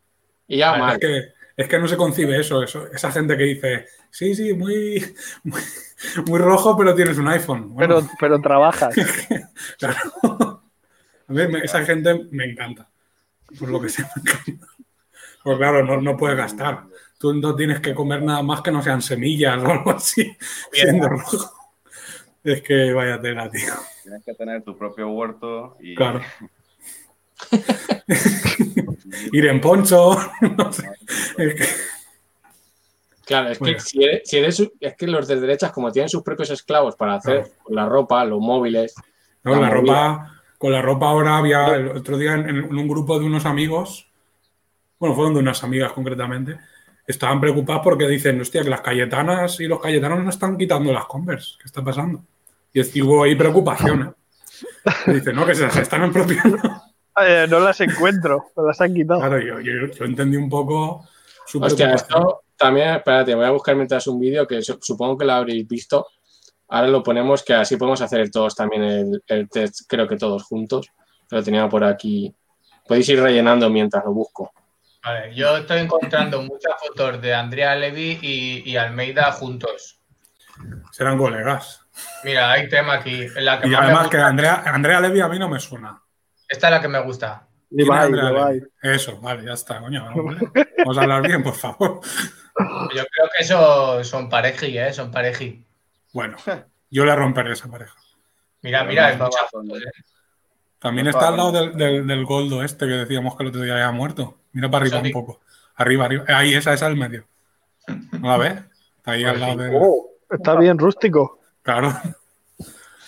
Speaker 1: y ya mal.
Speaker 2: Ah, Es que, es que no se concibe eso, eso. Esa gente que dice, sí, sí, muy, muy, muy rojo, pero tienes un iPhone. Bueno,
Speaker 3: Pero, pero trabajas.
Speaker 2: claro. A mí me- esa gente me encanta. Por lo que sea, me encanta. Pues claro, no, no puedes gastar. Tú no tienes que comer nada más que no sean semillas o algo así.
Speaker 5: Bien.
Speaker 2: siendo rojo. Es que vaya tela, tío.
Speaker 6: Tienes que tener tu propio huerto y
Speaker 2: Claro. Ir en poncho. no sé. Es que-
Speaker 1: Claro, es que,
Speaker 2: Bueno.
Speaker 1: si eres, si eres- es que los de derechas, como tienen sus propios esclavos para hacer la ropa, los móviles,
Speaker 2: No, la
Speaker 1: La movida.
Speaker 2: ropa, con la ropa ahora había el otro día en, en un grupo de unos amigos, bueno, fueron de unas amigas concretamente, estaban preocupadas porque dicen, hostia, que las cayetanas y los cayetanos nos están quitando las Converse, ¿qué está pasando? Y es- y hubo ahí preocupación, ¿eh? Y Dicen, no, que se las están apropiando.
Speaker 3: Eh, no las encuentro, me las han quitado.
Speaker 2: Claro, yo, yo- yo entendí un poco su
Speaker 1: Hostia,
Speaker 2: preocupación.
Speaker 1: esto también, espérate, voy a buscar mientras un vídeo que su- supongo que lo habréis visto. Ahora lo ponemos, que así podemos hacer todos también el, el test, creo que todos juntos. Lo tenía por aquí. Podéis ir rellenando mientras lo busco.
Speaker 5: Vale, yo estoy encontrando muchas fotos de Andrea Levy y, y Almeida juntos.
Speaker 2: Serán colegas.
Speaker 5: Mira, hay tema aquí. La que
Speaker 2: Y
Speaker 5: más me
Speaker 2: además que
Speaker 5: gusta.
Speaker 2: Andrea, Andrea Levi a mí no me suena.
Speaker 5: Esta es la que me gusta.
Speaker 2: ¿Quién es
Speaker 3: Levi,
Speaker 2: Andrea
Speaker 3: Levi.
Speaker 2: Levi? Eso, vale, ya está, coño. vamos, vale. Vamos a hablar bien, por favor.
Speaker 5: Yo creo que eso son pareji, ¿eh? Son pareji.
Speaker 2: Bueno, yo le romperé esa pareja.
Speaker 5: Mira,
Speaker 6: Pero
Speaker 5: mira,
Speaker 6: no
Speaker 5: hay
Speaker 6: estaba
Speaker 5: muchas
Speaker 6: con-
Speaker 5: fotos, ¿eh?
Speaker 2: También
Speaker 6: No
Speaker 2: está al lado
Speaker 6: estaba
Speaker 2: del, del- del Goldo este que decíamos que el otro día había muerto. Mira para arriba
Speaker 5: Sorry.
Speaker 2: un poco. Arriba, arriba. Eh, Ahí, esa, esa al medio. ¿No la ves? Está ahí
Speaker 3: Pues
Speaker 2: al lado del...
Speaker 3: Oh, Está bien rústico.
Speaker 2: Claro.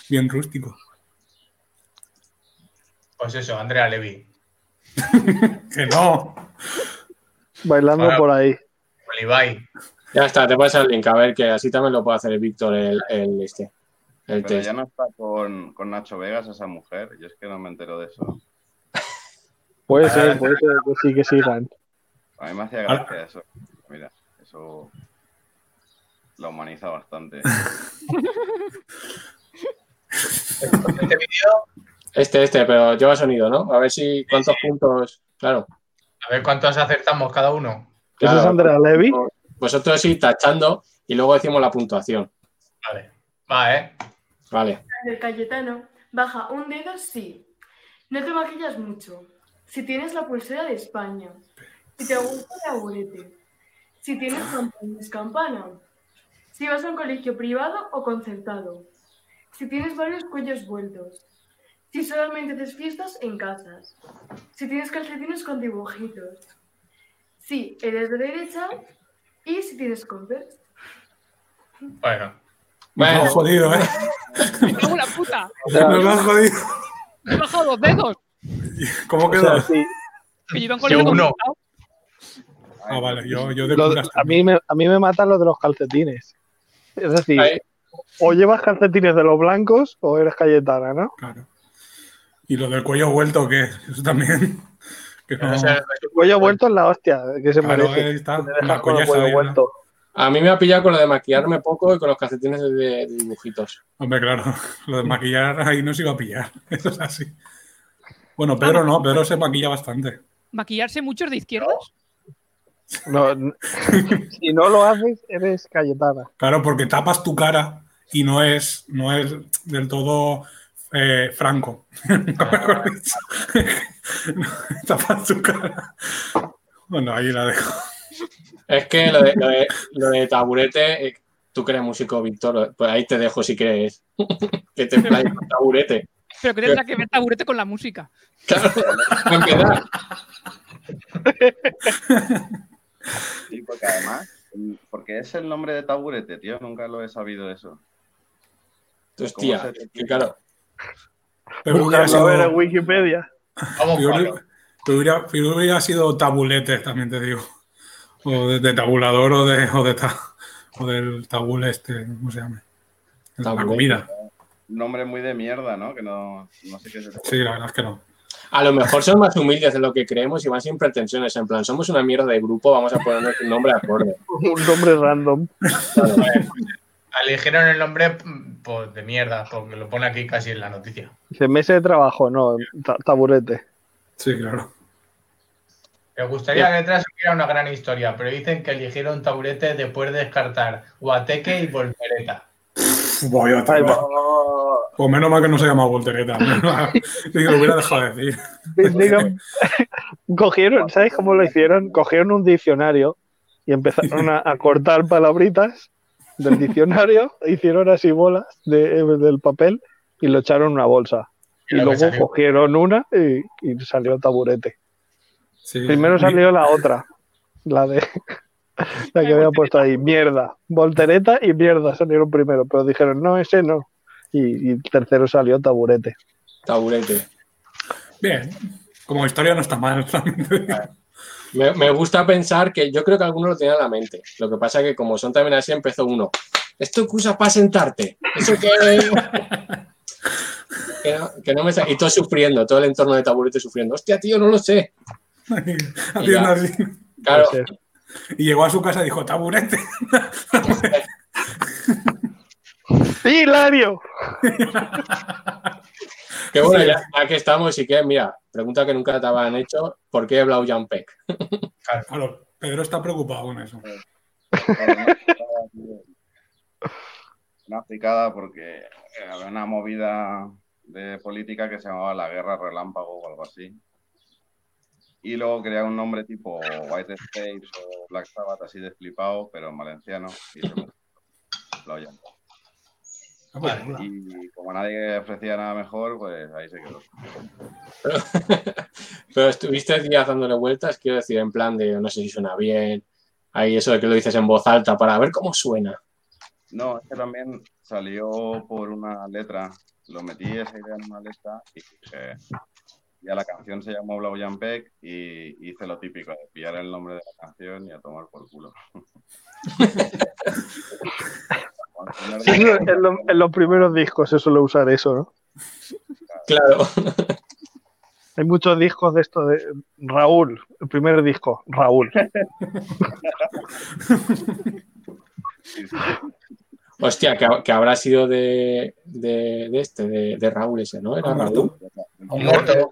Speaker 2: Bien rústico.
Speaker 5: Pues eso, Andrea Levy.
Speaker 2: Que no.
Speaker 3: Bailando
Speaker 5: Ahora-
Speaker 3: por ahí.
Speaker 5: Olivay.
Speaker 1: Ya está, te paso el link, a ver que así también lo puede hacer el Víctor, el, el este, el
Speaker 6: Pero
Speaker 1: test.
Speaker 6: ya no está con, con Nacho Vegas esa mujer. Yo es que no me entero de eso.
Speaker 3: Puede ser, puede ser que sí que sigan.
Speaker 6: A mí me hacía
Speaker 2: Ahora-
Speaker 6: gracia eso. Mira, eso la humaniza bastante.
Speaker 5: Este vídeo,
Speaker 1: Este, este, pero lleva sonido, ¿no? A ver si cuántos puntos. Claro.
Speaker 5: a ver cuántos acertamos cada uno.
Speaker 3: ¿Eso es
Speaker 1: claro.
Speaker 3: Andrea Levy?
Speaker 1: Vosotros sí, tachando y luego decimos la puntuación.
Speaker 5: Vale. Va, ¿eh?
Speaker 1: Vale.
Speaker 9: del Cayetano, baja un dedo sí. No te maquillas mucho. Si tienes la pulsera de España. Si te gusta el laburete. Si tienes campanas, campana. Si vas a un colegio privado o concertado. Si tienes varios cuellos vueltos. Si solamente haces fiestas en casas. Si tienes calcetines con dibujitos. Si eres de derecha y si tienes converse.
Speaker 5: Bueno.
Speaker 2: Me
Speaker 1: Bueno.
Speaker 2: lo han jodido, ¿eh?
Speaker 4: Me cago en la puta.
Speaker 2: Nos lo han jodido.
Speaker 4: Me he bajado dos dedos.
Speaker 2: ¿Cómo
Speaker 3: O sea,
Speaker 2: quedó?
Speaker 3: sí.
Speaker 4: Que yo iba en
Speaker 5: Yo
Speaker 4: colegio
Speaker 5: uno.
Speaker 4: complicado.
Speaker 2: Ah, vale. Yo, yo de
Speaker 3: Lo-
Speaker 2: curas
Speaker 3: a, mí me, a mí me matan lo de los calcetines. Es decir,
Speaker 1: Ahí.
Speaker 3: o llevas calcetines de los blancos o eres Cayetana, ¿no?
Speaker 2: Claro. Y lo del cuello vuelto, ¿qué? Eso también. Que
Speaker 5: Yo
Speaker 2: no...
Speaker 5: no sé,
Speaker 3: Cuello vuelto es la hostia que se
Speaker 2: Claro,
Speaker 3: merece.
Speaker 2: ahí está.
Speaker 3: Te dejan
Speaker 2: La
Speaker 3: con
Speaker 2: collaza
Speaker 3: el cuello
Speaker 2: ahí, ¿no?
Speaker 3: vuelto.
Speaker 1: A mí me ha pillado con lo de maquillarme poco y con los calcetines de, de dibujitos.
Speaker 2: Hombre, claro, lo de maquillar ahí no se iba a pillar. Eso es así. Bueno, Pedro no, Pedro se maquilla bastante.
Speaker 4: Maquillarse muchos de izquierdas.
Speaker 3: No, n- si no lo haces, eres Cayetana.
Speaker 2: Claro, porque tapas tu cara y no es, no es del todo eh, franco. Nunca mejor dicho. No, tapas tu cara. Bueno, ahí la dejo.
Speaker 1: Es que lo de, lo de- lo de taburete, eh, tú que eres músico, Víctor, pues ahí te dejo si quieres que te emplayes con taburete.
Speaker 4: Pero que tendrá que ver taburete con la música.
Speaker 1: Claro, para empezar.
Speaker 6: Sí, porque además, porque es el nombre de taburete, tío. Nunca lo he sabido eso.
Speaker 1: Hostia, que claro.
Speaker 2: Pero hubiera
Speaker 3: Búscalo a ver en
Speaker 2: sido,
Speaker 3: Wikipedia.
Speaker 5: vamos, Pablo.
Speaker 2: hubiera- hubiera- hubiera sido tabulete, también te digo. O de, de tabulador o, de, o, de ta- o del tabule este, ¿cómo se llama? La
Speaker 1: Tabulete.
Speaker 2: comida.
Speaker 6: Un nombre muy de mierda, ¿no? Que no, no sé qué es eso.
Speaker 2: Sí, la verdad es que no.
Speaker 1: A lo mejor son más humildes de lo que creemos y van sin pretensiones. En plan, somos una mierda de grupo, vamos a ponernos un nombre acorde.
Speaker 3: Un nombre random.
Speaker 5: Eligieron el nombre mm, pues, de mierda, porque lo pone aquí casi en la noticia.
Speaker 3: Dice, meses de trabajo, no, ta- taburete.
Speaker 2: Sí, claro.
Speaker 5: Me gustaría que detrás hubiera una gran historia, pero dicen que eligieron taburete después de descartar Guateque y Volpereta.
Speaker 2: Pff, voy otra
Speaker 3: Ay,
Speaker 2: vez.
Speaker 3: no.
Speaker 2: Pues menos mal que no se llama Voltereta. Sí, lo hubiera dejado de decir.
Speaker 3: Digo, cogieron, ¿sabes cómo lo hicieron? Cogieron un diccionario y empezaron a, a cortar palabritas del diccionario, hicieron así bolas de- del papel y lo echaron en una bolsa. Y
Speaker 5: Y lo que
Speaker 3: luego
Speaker 5: salió.
Speaker 3: cogieron una y, y salió taburete.
Speaker 2: Sí.
Speaker 3: Primero
Speaker 2: Mi-
Speaker 3: salió la otra, la de la que había puesto ahí, mierda. Voltereta y mierda salieron primero, pero dijeron, no, ese no. Y, y tercero salió taburete.
Speaker 1: Taburete.
Speaker 2: Bien. Como historia no está mal, realmente.
Speaker 1: Me, me gusta pensar que yo creo que algunos lo tenían en la mente. Lo que pasa que como son también así, empezó uno. Esto que usas para sentarte. Eso que... que, no, que no me sa- Y todo sufriendo, todo el entorno de taburete sufriendo. Hostia, tío, no lo sé.
Speaker 2: Haciendo
Speaker 1: Ya.
Speaker 2: así.
Speaker 1: Claro,
Speaker 3: Puede ser.
Speaker 2: Y llegó a su casa y dijo, taburete.
Speaker 3: ¡Hilario!
Speaker 1: que bueno, ya, ya que estamos y que, mira, pregunta que nunca te habían hecho, ¿por qué Blau Jan Peck?
Speaker 2: Claro, Pedro está preocupado con eso.
Speaker 6: Una picada porque había una movida de política que se llamaba la guerra relámpago o algo así. Y luego crearon un nombre tipo White States o Black Sabbath, así de flipado, pero en valenciano. Y, se lo- lo oyen.
Speaker 2: Ah, pues, mola.
Speaker 6: y como nadie ofrecía nada mejor, pues ahí se quedó.
Speaker 1: Pero estuviste días dándole vueltas, quiero decir, en plan de no sé si suena bien. Ahí eso de que lo dices en voz alta para ver cómo suena.
Speaker 6: No, es que también salió por una letra. Lo metí esa idea en una letra y dije, ya la canción se llamó Blau Jan Peck y hice lo típico de pillar el nombre de la canción y a tomar por culo.
Speaker 3: Sí, eso en, lo- en los primeros discos se suele usar eso, ¿no?
Speaker 1: Claro.
Speaker 3: Hay muchos discos de esto de Raúl, el primer disco, Raúl.
Speaker 1: Hostia, que, que habrá sido de, de, de este, de, de Raúl ese, ¿no? Era Raúl.
Speaker 2: Muerto.
Speaker 5: Muerto.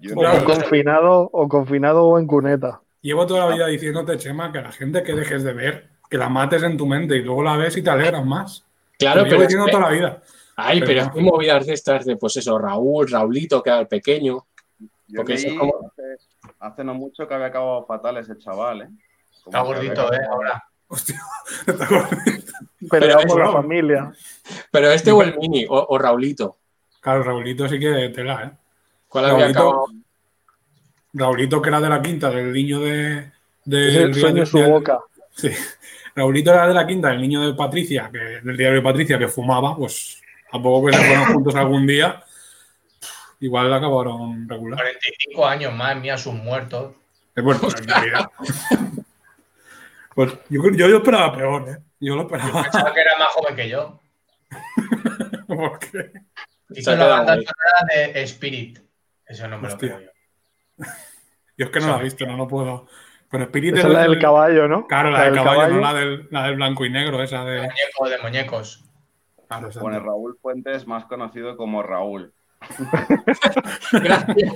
Speaker 6: Yo
Speaker 2: Claro.
Speaker 6: no-
Speaker 3: Confinado o confinado o en cuneta.
Speaker 2: Llevo toda la vida diciéndote, Chema, que la gente que dejes de ver, que la mates en tu mente y luego la ves y te alegras más.
Speaker 1: Claro,
Speaker 2: Lo llevo
Speaker 1: pero. es
Speaker 2: diciendo
Speaker 1: que-
Speaker 2: toda la vida.
Speaker 1: ay, pero es que movidas de estas de, pues eso, Raúl, Raulito, que era el pequeño.
Speaker 6: yo
Speaker 1: Porque eso
Speaker 6: leí
Speaker 1: es como-
Speaker 6: hace, hace no mucho que había acabado fatal ese chaval, ¿eh? Como
Speaker 5: Está
Speaker 6: que había
Speaker 5: gordito, ¿eh?
Speaker 6: acabado-
Speaker 5: Ahora.
Speaker 2: Hostia, ¿te acuerdas?
Speaker 3: Pero
Speaker 1: es
Speaker 3: por la
Speaker 2: Raúl.
Speaker 3: familia.
Speaker 1: Pero este o el mini, o, o Raulito.
Speaker 2: Claro, Raulito sí que tela, ¿eh?
Speaker 1: ¿Cuál había
Speaker 2: Raulito.
Speaker 1: acabado?
Speaker 2: Raulito, que era de la quinta, del niño de. de
Speaker 3: Es el sueño en su
Speaker 2: del-
Speaker 3: boca.
Speaker 2: Sí. Raulito era de la quinta, el niño de Patricia, que, del diario de Patricia, que fumaba, pues a poco que se fueron juntos algún día, igual acabaron regular.
Speaker 5: 45 años más, mía, sus muertos.
Speaker 2: Eh, Bueno, en realidad. Pues yo, yo lo esperaba peor, ¿eh? Yo lo esperaba.
Speaker 5: Pensaba que era más joven que yo.
Speaker 2: Porque...
Speaker 5: Hizo la banda sonora de Spirit. Eso no me lo
Speaker 2: Hostia.
Speaker 5: creo yo.
Speaker 2: Yo es que no la he visto, no, no puedo. Pero Spirit
Speaker 3: Esa
Speaker 2: es
Speaker 3: es la
Speaker 2: el-
Speaker 3: del caballo, ¿no?
Speaker 2: Claro, la, del caballo, no la del, la del blanco y negro, esa de.
Speaker 5: Muñeco de muñecos.
Speaker 2: Claro, esa
Speaker 6: Bueno, Raúl Fuentes, más conocido como Raúl.
Speaker 1: Gracias.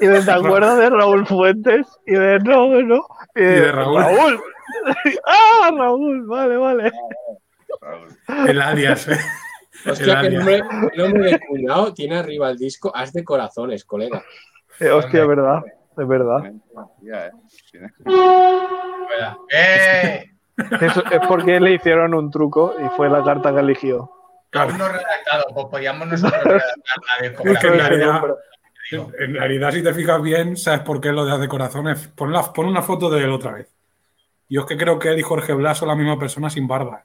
Speaker 3: Y de te acuerdas de Raúl Fuentes y de no, no. Y de,
Speaker 2: Y de Raúl.
Speaker 3: Raúl. ah, Raúl, vale, vale.
Speaker 6: Raúl.
Speaker 2: El alias, ¿eh?
Speaker 1: Hostia, qué
Speaker 2: alias.
Speaker 1: nombre, qué nombre de cuñado tiene arriba el disco. Haz de corazones, colega.
Speaker 3: Eh, hostia, es verdad, es verdad.
Speaker 6: Ya, ¿eh?
Speaker 5: ¿verdad? ¡Eh!
Speaker 3: Eso es porque le hicieron un truco y fue la carta que eligió.
Speaker 2: Claro.
Speaker 5: Uno redactado, pues podíamos nosotros redactar la
Speaker 2: Es que en
Speaker 5: discografía.
Speaker 2: realidad, en realidad, si te fijas bien, sabes por qué lo de Haz de corazones. Pon, la- pon una foto de él otra vez. Yo es que creo que él y Jorge Blas son la misma persona sin barba.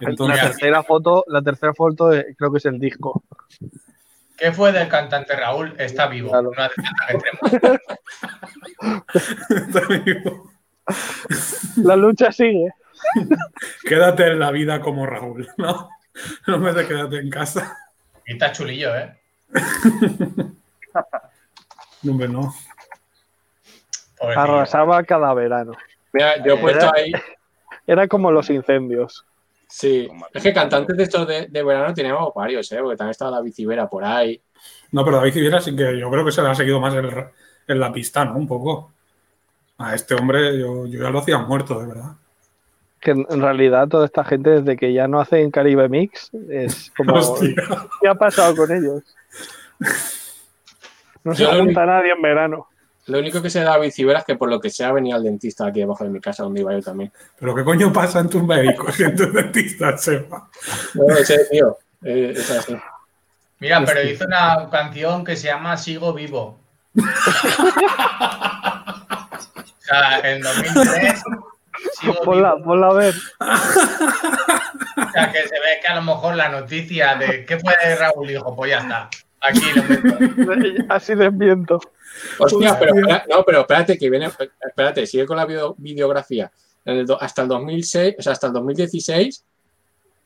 Speaker 3: la
Speaker 2: Entonces,
Speaker 3: tercera foto, la tercera foto eh, creo que es el disco.
Speaker 5: ¿Qué fue del cantante Raúl? Está vivo.
Speaker 3: Claro.
Speaker 5: No hace falta que entremos.
Speaker 3: La lucha sigue.
Speaker 2: quédate en la vida como Raúl, ¿no? No me de quédate en casa.
Speaker 5: Y está chulillo, ¿eh?
Speaker 2: No, hombre, no.
Speaker 5: Pobre tío.
Speaker 3: Arrasaba cada verano.
Speaker 1: Mira, yo he puesto ahí,
Speaker 3: Era como los incendios.
Speaker 1: Sí, es que cantantes de estos de, de verano teníamos varios, ¿eh? porque también estaba la bicibera por ahí.
Speaker 2: No, pero David Civera sí que yo creo que se le ha seguido más el ra- en la pista, ¿no? Un poco. A este hombre yo, yo ya lo hacía muerto, de verdad.
Speaker 3: Que en en realidad toda esta gente, desde que ya no hacen Caribe Mix, es como.
Speaker 2: Hostia.
Speaker 3: ¿Qué ha pasado con ellos? No se
Speaker 1: Yo lo
Speaker 3: junta nadie en verano.
Speaker 1: Lo único que sé de la bicibera es que por lo que sea venía al dentista aquí debajo de mi casa donde iba yo también.
Speaker 2: Pero ¿qué coño pasa en tus médicos y en tus dentistas, Seba?
Speaker 1: No lo sé, tío. Eh, es así.
Speaker 5: Mira, pero
Speaker 2: Hostia.
Speaker 5: hizo una canción que se llama Sigo Vivo. o sea, en 2003, Sigo
Speaker 3: Ponla,
Speaker 5: Vivo.
Speaker 3: ponla a ver.
Speaker 5: O sea, que se ve que a lo mejor la noticia de qué puede Raúl dijo, pues ya está. Aquí lo meto.
Speaker 3: Así desmiento.
Speaker 1: Hostia, pero, espera- no, pero espérate, que viene. Espérate, sigue con la video- videografía. En el do- hasta el 2006, o sea, hasta el 2016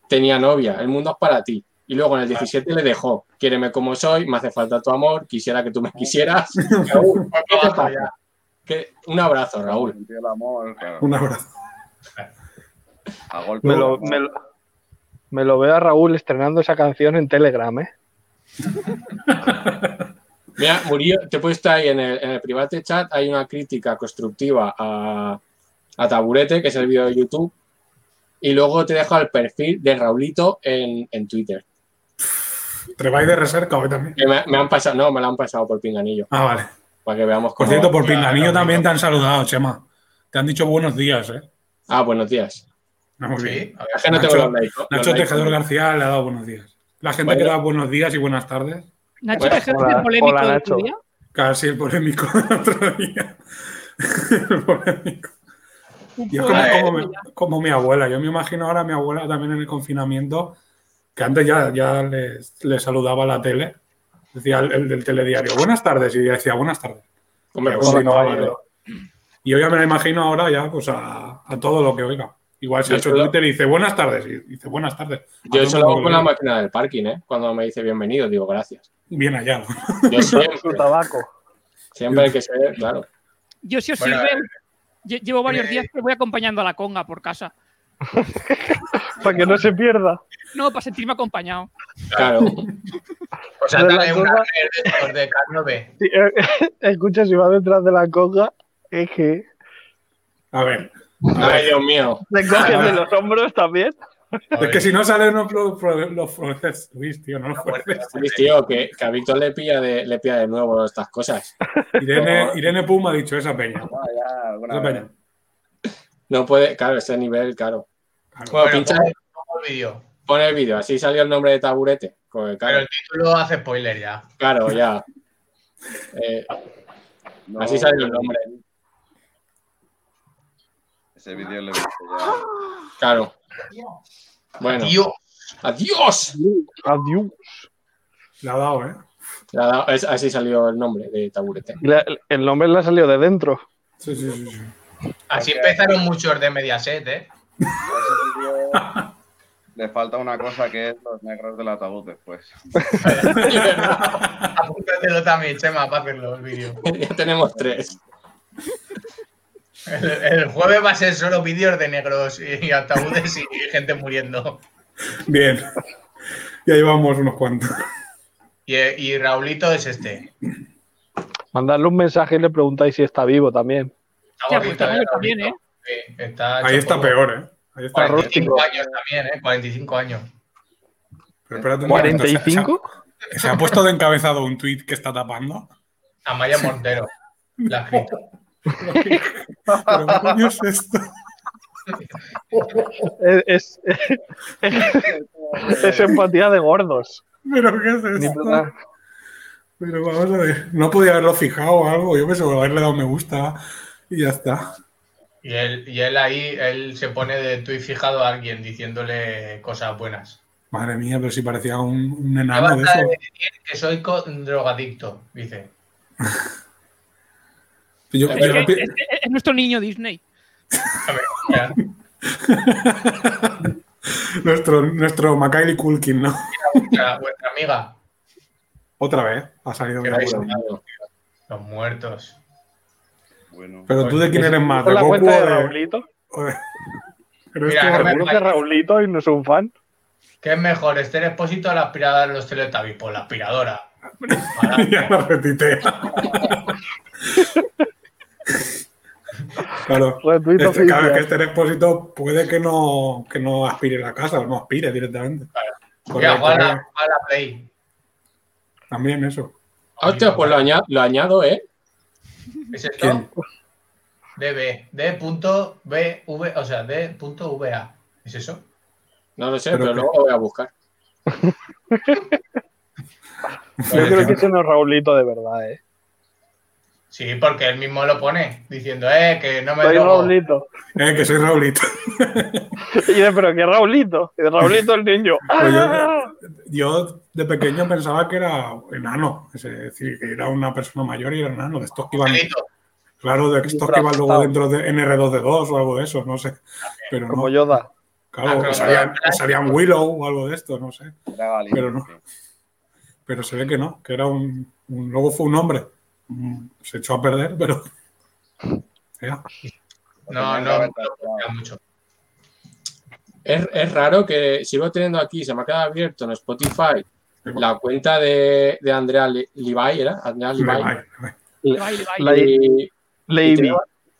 Speaker 1: tenía novia. El mundo es para ti. Y luego en el 17 le dejó. Quiéreme como soy, me hace falta tu amor, quisiera que tú me quisieras. Raúl, ¿qué te pasa? Que- un abrazo, Raúl.
Speaker 6: Sintió el amor, claro.
Speaker 2: Un abrazo.
Speaker 6: A golpe
Speaker 3: Me
Speaker 6: de
Speaker 3: lo,
Speaker 6: amor.
Speaker 3: me lo- me lo veo a Raúl estrenando esa canción en Telegram, ¿eh?
Speaker 1: Mira, Murillo, te he puesto ahí en el, en el private chat, hay una crítica constructiva a, a Taburete, que es el vídeo de YouTube, y luego te dejo el perfil de Raulito en, en Twitter.
Speaker 2: Trebay de recerca hoy también.
Speaker 1: Que me, me han pasado, no, me lo han pasado por pinganillo,
Speaker 2: Ah, vale.
Speaker 1: para que veamos
Speaker 2: Por
Speaker 1: cómo
Speaker 2: cierto,
Speaker 1: va.
Speaker 2: por Pinganillo también te han saludado, Chema. Te han dicho buenos días, ¿eh?
Speaker 1: Ah, buenos días.
Speaker 2: Ah, muy bien.
Speaker 5: Sí, a ver.
Speaker 1: Es que no tengo
Speaker 2: Nacho-
Speaker 1: los likes, ¿no?
Speaker 2: Nacho
Speaker 1: Los likes.
Speaker 2: Tejedor García le ha dado buenos días. La gente
Speaker 1: Bueno.
Speaker 2: que da buenos días y buenas tardes.
Speaker 4: Nacho
Speaker 1: Bueno,
Speaker 4: Tejero
Speaker 3: hola-
Speaker 4: es el polémico
Speaker 3: hola,
Speaker 4: de tu
Speaker 3: Nacho.
Speaker 4: día.
Speaker 2: Casi el polémico del otro día. El polémico.
Speaker 4: Un
Speaker 2: Yo es
Speaker 4: polémico
Speaker 2: como, como
Speaker 4: de tu
Speaker 2: mi,
Speaker 4: día.
Speaker 2: como mi abuela. Yo me imagino ahora a mi abuela también en el confinamiento, que antes ya, ya le, le saludaba a la tele. Decía el, el del telediario, buenas tardes. Y ella decía, buenas tardes.
Speaker 1: Hombre,
Speaker 2: Y
Speaker 1: pues,
Speaker 2: continuaba,
Speaker 1: vale.
Speaker 2: ¿no? Y yo ya me la imagino ahora ya pues a, a todo lo que oiga. Igual se
Speaker 1: Yo
Speaker 2: ha hecho
Speaker 1: solo-
Speaker 2: Twitter y dice buenas tardes. Y dice buenas tardes. Ah,
Speaker 1: Yo
Speaker 2: Hace
Speaker 1: eso lo
Speaker 2: un
Speaker 1: hago con la
Speaker 2: poco
Speaker 1: máquina del parking, ¿eh? Cuando me dice bienvenido, digo gracias.
Speaker 2: Bien allá.
Speaker 1: Yo siempre,
Speaker 3: Su tabaco.
Speaker 1: siempre hay que ser, claro.
Speaker 4: Yo si os
Speaker 5: Bueno,
Speaker 4: sirve, lle- llevo varios
Speaker 5: eh,
Speaker 4: días que voy acompañando a la conga por casa.
Speaker 3: Para que no se pierda.
Speaker 4: No, para sentirme acompañado.
Speaker 1: Claro.
Speaker 5: O sea,
Speaker 3: Pero
Speaker 5: dale
Speaker 3: la
Speaker 5: una
Speaker 3: cosa-
Speaker 5: red de estos de K9.
Speaker 3: Sí, eh, Escucha, si va detrás de la conga, es que
Speaker 2: A ver.
Speaker 1: Ay, Dios mío.
Speaker 3: te cogen de los hombros también.
Speaker 2: Es que si no salen los los los fuertes, Luis, tío, no los fuertes.
Speaker 1: Luis, tío, que, que a Víctor le pilla de, le pilla de nuevo estas cosas.
Speaker 2: Irene, Irene Pum ha dicho esa peña.
Speaker 6: Ah, ya, alguna
Speaker 2: Esa
Speaker 6: vez.
Speaker 2: peña.
Speaker 1: No puede, claro, ese nivel, claro.
Speaker 2: Claro.
Speaker 1: Bueno,
Speaker 5: Bueno,
Speaker 1: pincha,
Speaker 5: pongo- pongo el vídeo.
Speaker 1: pon el vídeo, así salió el nombre de Taburete. Porque,
Speaker 5: Pero
Speaker 1: claro,
Speaker 5: el título hace spoiler ya.
Speaker 1: claro, ya. Eh,
Speaker 6: No,
Speaker 1: así salió el nombre,
Speaker 6: Ese vídeo lo he visto ya.
Speaker 1: claro. Bueno,
Speaker 5: Tío,
Speaker 1: adiós.
Speaker 3: Adiós.
Speaker 2: Le ha dado, ¿eh?
Speaker 1: Le ha dado- es- Así salió el nombre de Taburete.
Speaker 3: La- el nombre le ha salido de dentro.
Speaker 2: Sí, sí, sí. sí.
Speaker 5: así empezaron muchos de Mediaset, ¿eh?
Speaker 6: A ese vídeo le falta una cosa que es los negros del ataúd después.
Speaker 5: Apúntatelo también, Chema, para hacerlo el vídeo.
Speaker 1: ya tenemos tres.
Speaker 5: El, el jueves va a ser solo vídeos de negros y, y ataúdes y gente muriendo.
Speaker 2: Bien. Ya llevamos unos cuantos.
Speaker 5: Y, y Raulito es este.
Speaker 3: Mandarle un mensaje y le preguntáis si está vivo también.
Speaker 5: Está
Speaker 4: Hostia, pues está
Speaker 5: ¿eh,
Speaker 4: mayor también,
Speaker 5: Raulito? Sí, está
Speaker 2: Ahí
Speaker 5: hecho
Speaker 2: está
Speaker 5: polvo.
Speaker 2: peor, ¿eh? Ahí está.
Speaker 3: Para
Speaker 5: 45
Speaker 3: rústico.
Speaker 5: años también, ¿eh? 45 años.
Speaker 2: Pero espérate un momento, se- se ha-
Speaker 3: ¿45?
Speaker 2: Se, ha puesto de encabezado un tuit que está tapando.
Speaker 5: Amaya Montero. La ha escrito.
Speaker 2: Pero ¿qué coño es esto?
Speaker 3: Es, es- es empatía de gordos.
Speaker 2: ¿Pero qué es
Speaker 3: Ni
Speaker 2: esto?
Speaker 3: puta-
Speaker 2: Pero vamos a ver. No podía haberlo fijado o algo. Yo pensé haberle dado me gusta y ya está.
Speaker 5: Y él, y él ahí, él se pone de tuit fijado a alguien diciéndole cosas buenas.
Speaker 2: Madre mía, pero si parecía un, un
Speaker 5: La
Speaker 2: enano de
Speaker 5: banda
Speaker 2: Ah, eso.
Speaker 5: de decir que soy co- drogadicto, dice.
Speaker 2: Yo,
Speaker 1: Es
Speaker 2: yo-
Speaker 4: Es, es- es- es nuestro niño Disney.
Speaker 5: A ver, mira,
Speaker 2: nuestro, nuestro Macaulay Culkin, ¿no?
Speaker 5: vuestra, vuestra amiga.
Speaker 2: Otra vez ha salido
Speaker 5: Qué
Speaker 2: una
Speaker 5: risa.
Speaker 2: buena.
Speaker 5: Los muertos.
Speaker 6: Bueno,
Speaker 2: Pero tú de quién eres más,
Speaker 3: Con
Speaker 2: de
Speaker 3: la
Speaker 2: Goku
Speaker 3: cuenta
Speaker 2: o
Speaker 3: de
Speaker 2: de,
Speaker 3: Raulito.
Speaker 2: o de-
Speaker 3: Pero es
Speaker 5: Mira,
Speaker 3: que
Speaker 5: no me
Speaker 3: seguro que
Speaker 5: vayas.
Speaker 3: Raulito y no es un fan.
Speaker 5: ¿Qué es mejor, este expósito o la aspiradora de los Teletubbies? Pues la aspiradora.
Speaker 2: ya lo repite. claro.
Speaker 3: Retuit
Speaker 2: Este, claro, es que
Speaker 3: oficial.
Speaker 2: este expósito puede que no, que no aspire la casa, no aspire directamente. Porque
Speaker 5: Mira, juega a la,
Speaker 2: también-
Speaker 5: juega a la Play.
Speaker 2: también eso.
Speaker 1: Hostia, pues lo añado, lo añado, ¿eh?
Speaker 5: ¿Es esto?
Speaker 2: ¿Quién?
Speaker 5: DB. D.BV, o sea, D.VA. ¿Es eso?
Speaker 1: No lo sé,
Speaker 2: Pero
Speaker 1: pero,
Speaker 2: que-
Speaker 1: luego lo voy a buscar.
Speaker 3: Yo creo que
Speaker 2: que-
Speaker 3: ese no es Raulito de verdad, eh.
Speaker 5: Sí, porque él mismo lo pone, diciendo, eh, que no me
Speaker 3: Soy
Speaker 5: drogo.
Speaker 3: Raulito.
Speaker 2: Eh, que soy Raulito.
Speaker 3: Y dice, pero que Raulito. Y de Raulito el niño.
Speaker 2: Pues yo-
Speaker 3: ¡Ah!
Speaker 2: Yo de pequeño pensaba que era enano, es decir, que era una persona mayor y era enano, de estos que iban,
Speaker 5: Delito.
Speaker 2: claro, de estos que iban luego dentro de NR2D2 o algo de eso, no sé. Pero no,
Speaker 3: Como Yoda.
Speaker 2: claro, que salían, que salían Willow o algo de esto, no sé.
Speaker 6: Era Galindo,
Speaker 2: Pero no.
Speaker 6: sí.
Speaker 2: Pero se ve que no, que era un, un- luego fue un hombre. Mm, Se echó a perder, pero Ya.
Speaker 5: No, no, no, no, mucho.
Speaker 1: Es, es raro que sigo teniendo aquí, se me ha quedado abierto en Spotify,
Speaker 2: pues.
Speaker 1: la cuenta de, de Andrea Le- Levi, ¿era? Andrea
Speaker 2: le
Speaker 1: Levi.
Speaker 2: va- le va.
Speaker 4: Le baile, baile.
Speaker 3: La-
Speaker 1: Y- y
Speaker 3: Lady.
Speaker 1: tiene,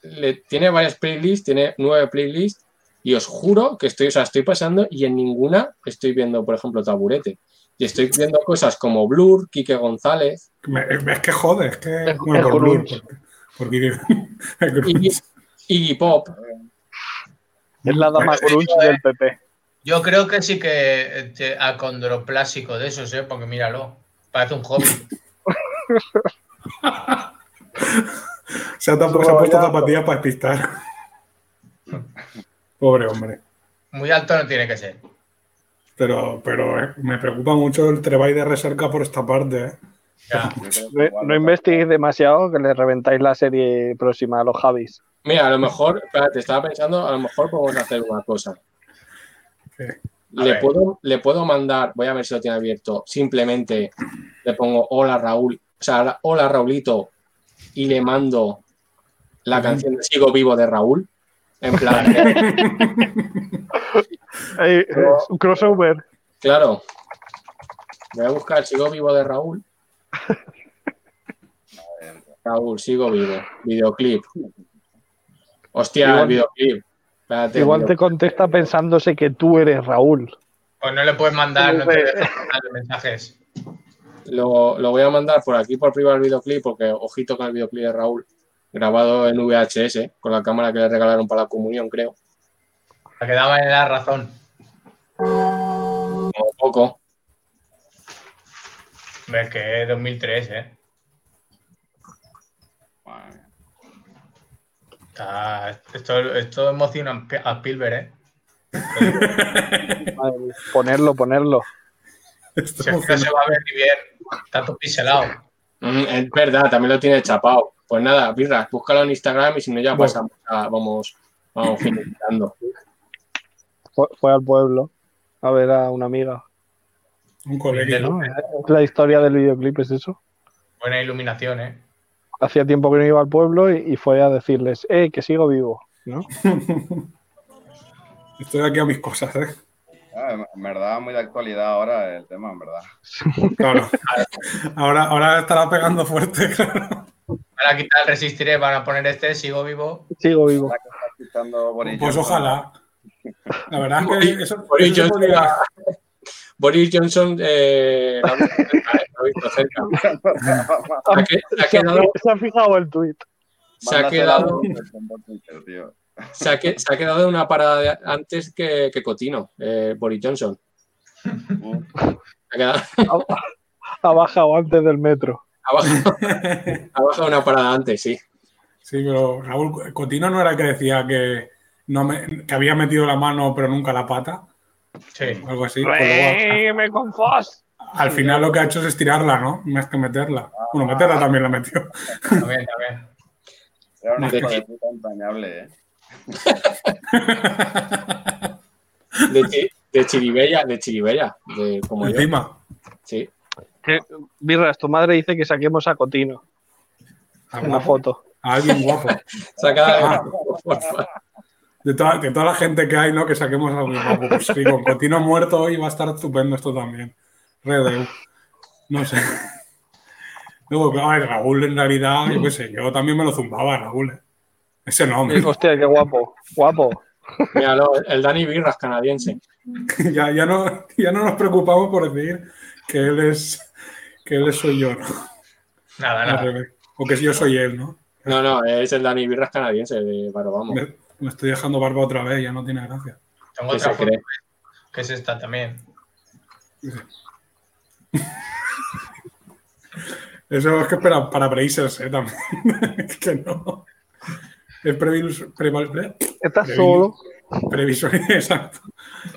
Speaker 1: le- tiene varias playlists, tiene nueve playlists, y os juro que estoy, o sea, estoy pasando y en ninguna estoy viendo, por ejemplo, Taburete. Y estoy viendo cosas como Blur, Quique González,
Speaker 2: Me- es que jode, es que bueno,
Speaker 3: es
Speaker 2: por Blur,
Speaker 3: grunge.
Speaker 2: porque, porque es grunge.
Speaker 1: Iggy, Iggy Pop.
Speaker 3: Es la dama
Speaker 2: Pues,
Speaker 3: crunch
Speaker 2: eh,
Speaker 3: del PP.
Speaker 5: Yo creo que sí que este, acondroplásico de esos, ¿eh? Porque míralo. Parece un hobby.
Speaker 2: Se ha, tapo- se ha puesto zapatillas para despistar. Pobre hombre.
Speaker 5: Muy alto no tiene que ser.
Speaker 2: Pero, pero eh, me preocupa mucho el treball de recerca por esta parte. eh.
Speaker 5: Ya.
Speaker 6: Yo creo que
Speaker 3: No,
Speaker 6: igual
Speaker 3: no
Speaker 6: lo-
Speaker 3: investiguéis demasiado que le reventáis la serie próxima a los Javis.
Speaker 1: Mira, a lo mejor, espérate, estaba pensando, a lo mejor podemos hacer una cosa.
Speaker 2: ¿Qué?
Speaker 1: Le
Speaker 5: ver.
Speaker 1: puedo, le puedo mandar, voy a ver si lo tiene abierto, simplemente le pongo hola Raúl, o sea, hola Raulito, y le mando la canción de Sigo Vivo de Raúl. En plan, eh,
Speaker 3: Ey, eh, un crossover.
Speaker 1: claro. Voy a buscar Sigo Vivo de Raúl. Raúl, sigo vivo. Videoclip. Hostia,
Speaker 3: Igual-
Speaker 1: el videoclip. Espérate,
Speaker 3: Igual
Speaker 1: el
Speaker 3: te contesta pensándose que tú eres Raúl.
Speaker 5: Pues no le puedes mandar, no te
Speaker 3: V.
Speaker 5: deja mandar mensajes.
Speaker 1: Lo, lo voy a mandar por aquí por privado el videoclip, porque ojito con el videoclip de Raúl, grabado en VHS, con la cámara que le regalaron para la comunión, creo.
Speaker 5: La que daba en la razón.
Speaker 1: O poco.
Speaker 5: Ves que es 2003, ¿eh?
Speaker 6: Madre mía.
Speaker 5: Está- esto, esto emociona a Pi- a Spielberg, ¿eh?
Speaker 3: Madre mía. Ponerlo, ponerlo.
Speaker 2: Esto
Speaker 5: Si es que no se va a ver ni bien. Está todo pincelado.
Speaker 1: Mm, es verdad, también lo tiene chapado. Pues nada, birras, búscalo en Instagram y si no ya
Speaker 2: Bueno.
Speaker 1: pasamos a- vamos, vamos finalizando.
Speaker 3: Fue, fue al pueblo a ver a una amiga.
Speaker 2: un colegio.
Speaker 3: ¿no? La historia del videoclip es eso.
Speaker 5: Buena iluminación, ¿eh?
Speaker 3: Hacía tiempo que no iba al pueblo y, y fue a decirles, eh, que sigo vivo. ¿no?
Speaker 2: Estoy aquí a mis cosas, ¿eh?
Speaker 6: Ah, en- en verdad, muy de actualidad ahora el tema, en verdad.
Speaker 2: Claro. Ahora, ahora estará pegando fuerte, claro.
Speaker 5: Van a quitar el resistiré, van a poner este, sigo vivo.
Speaker 3: Sigo vivo.
Speaker 6: Ya que estás escuchando Boris
Speaker 2: Pues
Speaker 6: Johnson,
Speaker 2: ojalá. La verdad es que eso,
Speaker 1: Boris
Speaker 2: eso se
Speaker 1: Johnson,
Speaker 2: podría-
Speaker 1: Boris Johnson, eh, la ha visto cerca, eh, la ha visto cerca. Se ha que- se ha
Speaker 3: Se ha,
Speaker 1: quedado-
Speaker 3: fi- se ha fijado el tuit.
Speaker 1: se ha
Speaker 6: mándasela
Speaker 1: quedado-
Speaker 6: a Boris por Twitter, tío.
Speaker 1: se ha que- se ha quedado en una parada de- antes que, que Cotino, eh, Boris Johnson.
Speaker 6: Uh,
Speaker 1: Se ha quedado-
Speaker 3: Ha bajado antes del metro.
Speaker 1: ha bajado- ha bajado una parada antes, sí.
Speaker 2: Sí, pero Raúl Cotino no era el que decía que, no me- que había metido la mano pero nunca la pata,
Speaker 5: Sí.
Speaker 2: algo así. Pues luego,
Speaker 3: ¡Me con Foss!
Speaker 2: al final lo que ha hecho es estirarla, ¿no? Más que meterla. Bueno, meterla también la metió.
Speaker 5: También, también.
Speaker 6: Era un
Speaker 1: De
Speaker 6: hijo de
Speaker 1: hecho-
Speaker 6: puta entrañable, ¿eh?
Speaker 1: De, Chi- de Chiribella, de Chiribella, de, como yo.
Speaker 2: Encima.
Speaker 1: Sí.
Speaker 3: Birras, tu madre dice que saquemos a Cotino.
Speaker 2: A
Speaker 3: Una
Speaker 2: guapo,
Speaker 3: foto.
Speaker 2: a alguien guapo.
Speaker 1: Saca
Speaker 2: Ah.
Speaker 1: porfa.
Speaker 2: de toda, de toda la gente que hay, ¿no? Que saquemos algo. guapo. Pues sí, con Cotino muerto hoy va a estar estupendo esto también. Redeu. No sé. Luego, a ver, Raúl en realidad, yo qué sé, yo también me lo zumbaba, Raúl. ¿eh? Ese nombre.
Speaker 3: Hostia, qué guapo, guapo.
Speaker 1: Míralo, el Dani Birras canadiense.
Speaker 2: ya, ya, no, ya no nos preocupamos por decir que él es, que él es soy yo, ¿no?
Speaker 5: Nada,
Speaker 2: Al
Speaker 5: nada.
Speaker 2: revés. O que yo soy él, ¿no?
Speaker 1: No, no, es el Dani Birras canadiense de Baro Vamos.
Speaker 2: Me, me estoy dejando barba otra vez, ya no tiene gracia.
Speaker 5: Tengo
Speaker 1: ¿Qué se
Speaker 5: otra foto,
Speaker 1: cree?
Speaker 5: que es esta también.
Speaker 2: Eso es que es para, para Brazers, ¿eh? También. Es que no. Es previsual,
Speaker 3: Estás solo.
Speaker 2: exacto.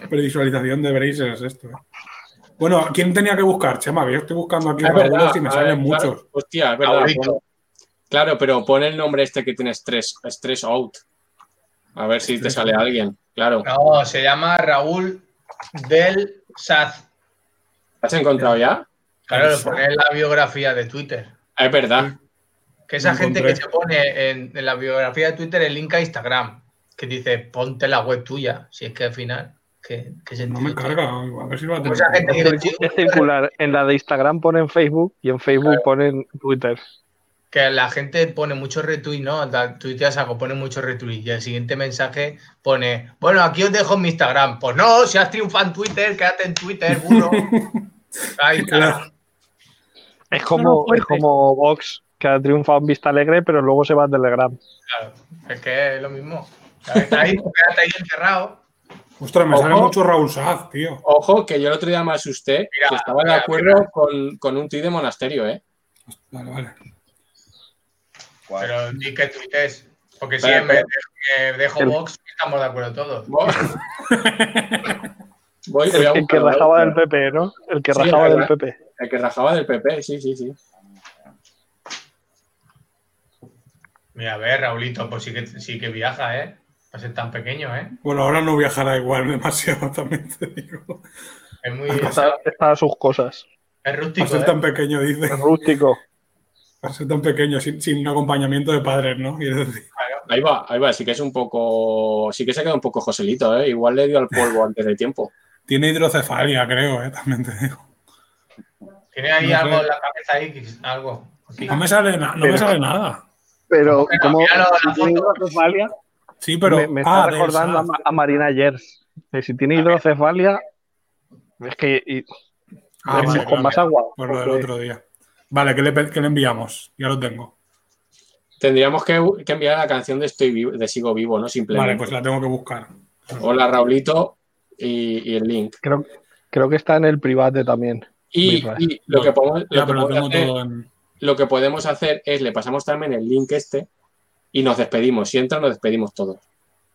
Speaker 2: previsualización de Brazers esto. ¿eh? Bueno, ¿quién tenía que buscar, Chema? Que yo estoy buscando aquí
Speaker 1: Es
Speaker 2: Raúl
Speaker 1: verdad,
Speaker 2: y me
Speaker 1: a ver,
Speaker 2: salen muchos.
Speaker 1: Claro, hostia, es verdad.
Speaker 5: Raulito.
Speaker 1: pon- claro, pero pon el nombre este que tiene stress, stress out. A ver si te
Speaker 2: Stress
Speaker 1: sale alguien. Claro.
Speaker 5: No, se llama Raúl del Saz.
Speaker 1: ¿Has encontrado ya?
Speaker 5: Claro,
Speaker 2: Del
Speaker 5: poner la biografía de Twitter.
Speaker 1: Es verdad.
Speaker 5: Que esa
Speaker 2: Me
Speaker 5: gente
Speaker 2: encontré.
Speaker 5: que se pone en, en la biografía de Twitter el link a Instagram, que dice ponte la web tuya, si es que al final, que,
Speaker 2: No me carga, a ver si lo va a
Speaker 5: Mucha
Speaker 2: tener.
Speaker 5: gente dice, "Tío,
Speaker 3: Es circular. En la de Instagram ponen Facebook y en Facebook ponen Twitter.
Speaker 5: que la gente pone mucho retweet, ¿no? Da- Tuiteas algo, pone mucho retweet y el siguiente mensaje pone, bueno, aquí os dejo mi Instagram. Pues no, si has triunfado en Twitter, quédate en Twitter, burro. Ay,
Speaker 2: Claro.
Speaker 3: Es
Speaker 4: No, no,
Speaker 3: como,
Speaker 4: fuerte.
Speaker 3: es como Vox, que ha triunfado en Vista Alegre, pero luego se va a Telegram.
Speaker 5: claro, es que es lo mismo. Estás ahí, tú quédate ahí encerrado.
Speaker 2: Ostras, me sale
Speaker 1: Ojo.
Speaker 2: mucho Raúl Saz, tío.
Speaker 1: Ojo, que yo el otro día me asusté,
Speaker 5: Mira,
Speaker 1: que estaba de
Speaker 5: mira,
Speaker 1: acuerdo Con, con un tuit de monasterio, ¿eh?
Speaker 2: Vale, vale.
Speaker 6: Guau.
Speaker 5: Pero di que tuites. Porque si
Speaker 1: Espera,
Speaker 5: en vez
Speaker 1: espera.
Speaker 5: de que dejo
Speaker 3: El-
Speaker 5: Vox, estamos de acuerdo todos.
Speaker 1: Voy, voy a
Speaker 3: El que
Speaker 1: buscarlo, ¿eh?
Speaker 3: rajaba del PP, ¿no? El que
Speaker 1: Sí,
Speaker 3: rajaba
Speaker 1: la
Speaker 3: del
Speaker 1: verdad.
Speaker 3: PP.
Speaker 1: El que rajaba del PP, sí, sí, sí.
Speaker 5: Mira, a ver, Raulito, pues sí que, sí que viaja, ¿eh? Va a ser tan pequeño, ¿eh?
Speaker 2: Bueno, ahora no viajará igual demasiado, también te digo.
Speaker 5: Es muy.
Speaker 3: Está, está a sus cosas.
Speaker 5: es
Speaker 2: Va a
Speaker 5: rústico.
Speaker 2: ser
Speaker 5: ¿eh?
Speaker 2: tan pequeño, dice.
Speaker 3: Es rústico.
Speaker 2: Va a ser tan pequeño, sin, sin acompañamiento de padres, ¿no? Quiero decir.
Speaker 1: Ahí va, ahí va, sí que es un poco. Sí que se queda un poco Joselito, ¿eh? Igual le dio al polvo antes de tiempo.
Speaker 2: Tiene hidrocefalia, creo, ¿eh? también te digo.
Speaker 5: Tiene ahí
Speaker 2: No sé.
Speaker 5: algo en la cabeza ahí, algo. Aquí.
Speaker 2: No me sale, na- no me sale nada.
Speaker 3: Pero
Speaker 5: Bueno,
Speaker 3: como
Speaker 5: míralo, la foto.
Speaker 3: tiene hidrocefalia,
Speaker 2: Sí, pero.
Speaker 3: me, me está
Speaker 2: Ah, del
Speaker 3: recordando a,
Speaker 2: SAD.
Speaker 3: Ma- a Marina Yers. Que si tiene hidrocefalia, es que y-
Speaker 2: Ah,
Speaker 3: es
Speaker 2: vale,
Speaker 3: con
Speaker 2: vale,
Speaker 3: más agua.
Speaker 2: por lo del
Speaker 3: porque-
Speaker 2: otro día. Vale, ¿qué le, pe- qué le enviamos? Ya lo tengo.
Speaker 1: Tendríamos que, que enviar la canción de Estoy vivo, de Sigo Vivo, ¿no?
Speaker 2: Vale,
Speaker 1: Simplemente.
Speaker 2: pues la tengo que buscar.
Speaker 1: Hola, Raulito y, y el link.
Speaker 3: Creo, creo que está en el private también.
Speaker 1: Y,
Speaker 3: Birras.
Speaker 1: y lo, que podemos, lo,
Speaker 2: Ya,
Speaker 1: que
Speaker 2: pero lo tengo
Speaker 1: podemos hacer,
Speaker 2: todo en.
Speaker 1: lo que podemos hacer es le pasamos también el link este y nos despedimos. Si entra, nos despedimos todos.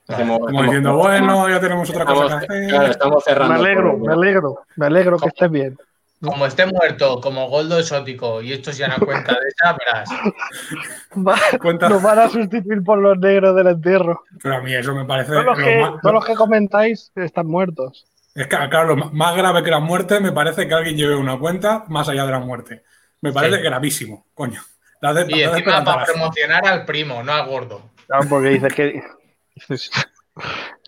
Speaker 1: Hacemos-
Speaker 2: Como
Speaker 1: hacemos-
Speaker 2: diciendo, bueno, ya tenemos otra cosa
Speaker 1: estamos,
Speaker 2: que hacer.
Speaker 1: claro, estamos cerrando.
Speaker 3: Me alegro,
Speaker 1: todo.
Speaker 3: me alegro, me alegro que estés bien.
Speaker 5: Como esté muerto, como Goldo exótico, y esto se dan cuenta de esa, verás.
Speaker 3: Va-
Speaker 2: Cuenta-
Speaker 3: nos van a sustituir por los negros del entierro.
Speaker 2: Pero a mí eso me parece.
Speaker 3: Todos los
Speaker 2: Eh, lo
Speaker 3: que,
Speaker 2: más-
Speaker 3: todos los que comentáis están muertos.
Speaker 2: Es que, claro, lo ma- más grave que la muerte me parece que alguien lleve una cuenta más allá de la muerte. Me parece
Speaker 5: Sí.
Speaker 2: gravísimo, coño. La de,
Speaker 5: Y
Speaker 2: la de
Speaker 5: encima
Speaker 2: espantar a
Speaker 5: para
Speaker 2: la gente.
Speaker 5: promocionar al primo, no al gordo.
Speaker 3: Claro, porque dices que.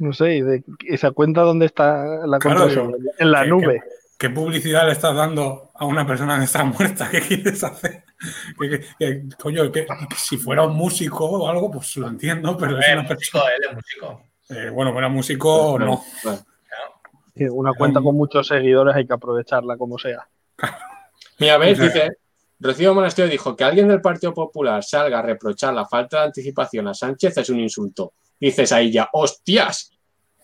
Speaker 3: No sé, y de- esa cuenta dónde está la
Speaker 2: Claro,
Speaker 3: cuenta
Speaker 2: digo,
Speaker 3: sobre- en la
Speaker 2: que-
Speaker 3: nube.
Speaker 2: ¿Qué publicidad le estás dando a una persona que está muerta? ¿Qué quieres hacer? Que- que- que, coño, que, que si fuera un músico o algo, pues lo entiendo, pero es
Speaker 5: Él es
Speaker 2: una
Speaker 5: músico,
Speaker 2: persona.
Speaker 5: él es músico.
Speaker 2: eh, bueno, fuera músico o
Speaker 3: Pues,
Speaker 2: no.
Speaker 1: Bueno.
Speaker 3: Que Una cuenta con muchos seguidores hay que aprovecharla como sea.
Speaker 1: Mira, ves,
Speaker 2: Ajá.
Speaker 1: dice, Rocío Monasterio dijo que alguien del Partido Popular salga a reprochar la falta de anticipación a Sánchez es un insulto. Dices ahí ya, hostias.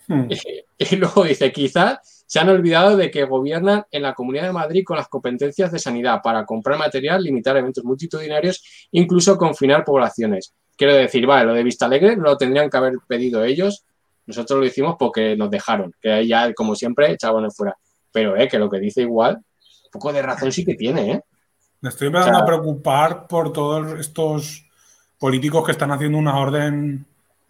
Speaker 2: Hmm.
Speaker 3: pues,
Speaker 1: Y luego dice, quizás se han olvidado de que gobiernan en la Comunidad de Madrid con las competencias de sanidad para comprar material, limitar eventos multitudinarios, incluso confinar poblaciones. Quiero decir, vale, lo de Vista Alegre no lo tendrían que haber pedido ellos. Nosotros lo hicimos porque nos dejaron, que ahí ya, como siempre, echaban fuera. Pero, eh, que lo que dice igual, un poco de razón sí que tiene, ¿eh?
Speaker 2: Me estoy empezando
Speaker 1: O sea-
Speaker 2: a preocupar por todos estos políticos que están haciendo una orden.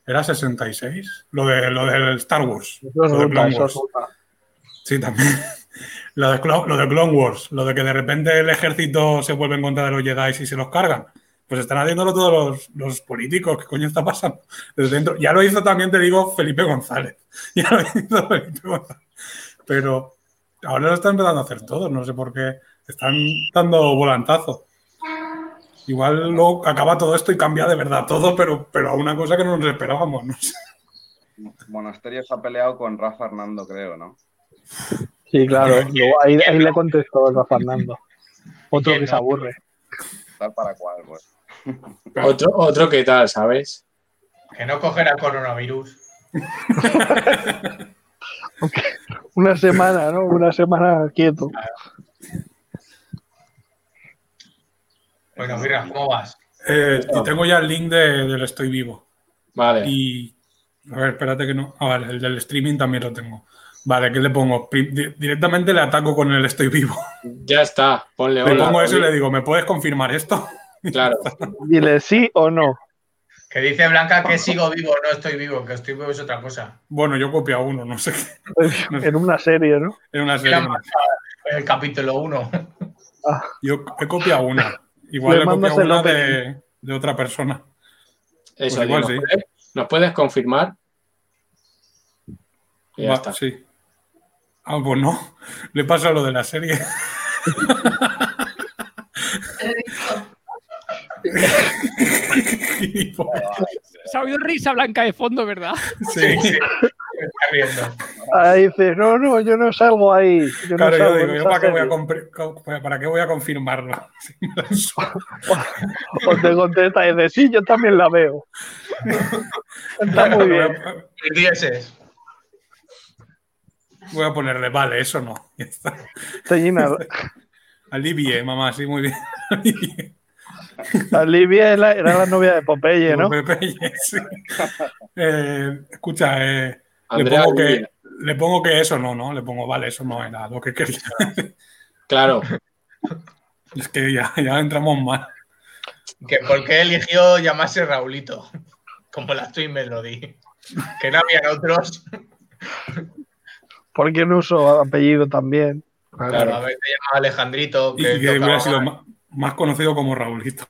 Speaker 2: ¿Era 66? Lo, de, lo del Star Wars.
Speaker 3: Eso es
Speaker 2: lo de
Speaker 3: ruta,
Speaker 2: Clone
Speaker 3: eso es
Speaker 2: Wars.
Speaker 3: ruta.
Speaker 2: Sí, también. Lo de, Clo- lo de Clone Wars, lo de que de repente el ejército se vuelve en contra de los Jedi y se los cargan. Pues están haciéndolo todos los, los políticos. ¿Qué coño está pasando? Desde dentro. Ya lo hizo también, te digo, Felipe González. Ya lo hizo Felipe González. Pero ahora lo están empezando a hacer todos. No sé por qué. Están dando volantazo. Igual luego acaba todo esto y cambia de verdad todo, pero, pero a una cosa que no nos esperábamos. No sé.
Speaker 6: Monasterio se ha peleado con Rafa Hernando, creo, ¿no?
Speaker 3: Sí, claro. Luego ahí, ahí le contestó el Rafa Fernando. Otro que se aburre.
Speaker 6: Tal para cual, pues.
Speaker 1: Otro, otro que tal, ¿sabes?
Speaker 5: Que no cogerá coronavirus.
Speaker 3: Una semana, ¿no? Una semana quieto.
Speaker 5: Bueno, mira, ¿cómo vas?
Speaker 2: Eh, y tengo ya el link de- del Estoy Vivo.
Speaker 1: Vale.
Speaker 2: Y. A ver, espérate que no. Ah, vale, el del streaming también lo tengo. Vale, ¿qué le pongo? Pri- di- Directamente le ataco con el Estoy Vivo.
Speaker 1: Ya está. Ponle
Speaker 2: Le
Speaker 1: hola.
Speaker 2: pongo eso y
Speaker 1: David.
Speaker 2: le digo, ¿me puedes confirmar esto?
Speaker 1: Claro.
Speaker 3: Dile sí o no.
Speaker 5: Que dice Blanca que sigo vivo, no estoy vivo, que estoy vivo es otra cosa.
Speaker 2: Bueno, yo copio a uno, no sé qué.
Speaker 3: En una serie, ¿no?
Speaker 2: En una
Speaker 5: Mira,
Speaker 2: serie.
Speaker 5: Marta, El capítulo 1.
Speaker 2: Yo he copiado una. Igual
Speaker 3: Le
Speaker 2: le he
Speaker 3: mandas
Speaker 2: copiado
Speaker 3: el
Speaker 2: una
Speaker 3: opening.
Speaker 2: de, de otra persona.
Speaker 1: Eso,
Speaker 2: Pues igual
Speaker 1: digo,
Speaker 2: sí.
Speaker 1: ¿nos puedes- ¿Nos puedes confirmar? Y ya
Speaker 2: Va,
Speaker 1: está.
Speaker 2: Sí. Ah, pues no. Le pasa lo de la serie.
Speaker 4: Se ha oído risa blanca de fondo, ¿verdad?
Speaker 2: sí.
Speaker 5: Está riendo.
Speaker 3: Ahí dice, no, no, yo no salgo ahí. Yo
Speaker 2: Claro,
Speaker 3: no
Speaker 2: yo
Speaker 3: salgo en
Speaker 2: digo, ¿yo
Speaker 3: esa
Speaker 2: para, qué voy a
Speaker 3: serie".
Speaker 2: compre- co- ¿para qué voy a confirmarlo? Sí, me la suda.
Speaker 3: O te contesta y dice, sí, yo también la veo. Está muy
Speaker 2: Voy
Speaker 3: bien.
Speaker 2: a,
Speaker 5: El 10 es.
Speaker 2: voy a ponerle, vale, eso no. Ya está.
Speaker 3: Teñina,
Speaker 2: Alivie, mamá, sí, muy bien. Alivie.
Speaker 3: Olivia era, era la novia de Popeye, ¿no?
Speaker 2: Pepe, sí. Eh, escucha, eh, le,
Speaker 1: Andrea,
Speaker 2: pongo que,
Speaker 1: Olivia.
Speaker 2: le pongo que eso no, ¿no? Le pongo, vale, eso no era lo que quería.
Speaker 1: Claro.
Speaker 2: Es que ya, ya entramos mal.
Speaker 5: Que por qué eligió llamarse Raulito. Como la Twin Melody. Que no habían otros.
Speaker 3: Porque no uso apellido también.
Speaker 1: Claro.
Speaker 5: A ver, te llama Alejandrito.
Speaker 2: Y
Speaker 5: Que
Speaker 2: que hubiera
Speaker 5: tocaba-
Speaker 2: sido ma- más, conocido como Raulito.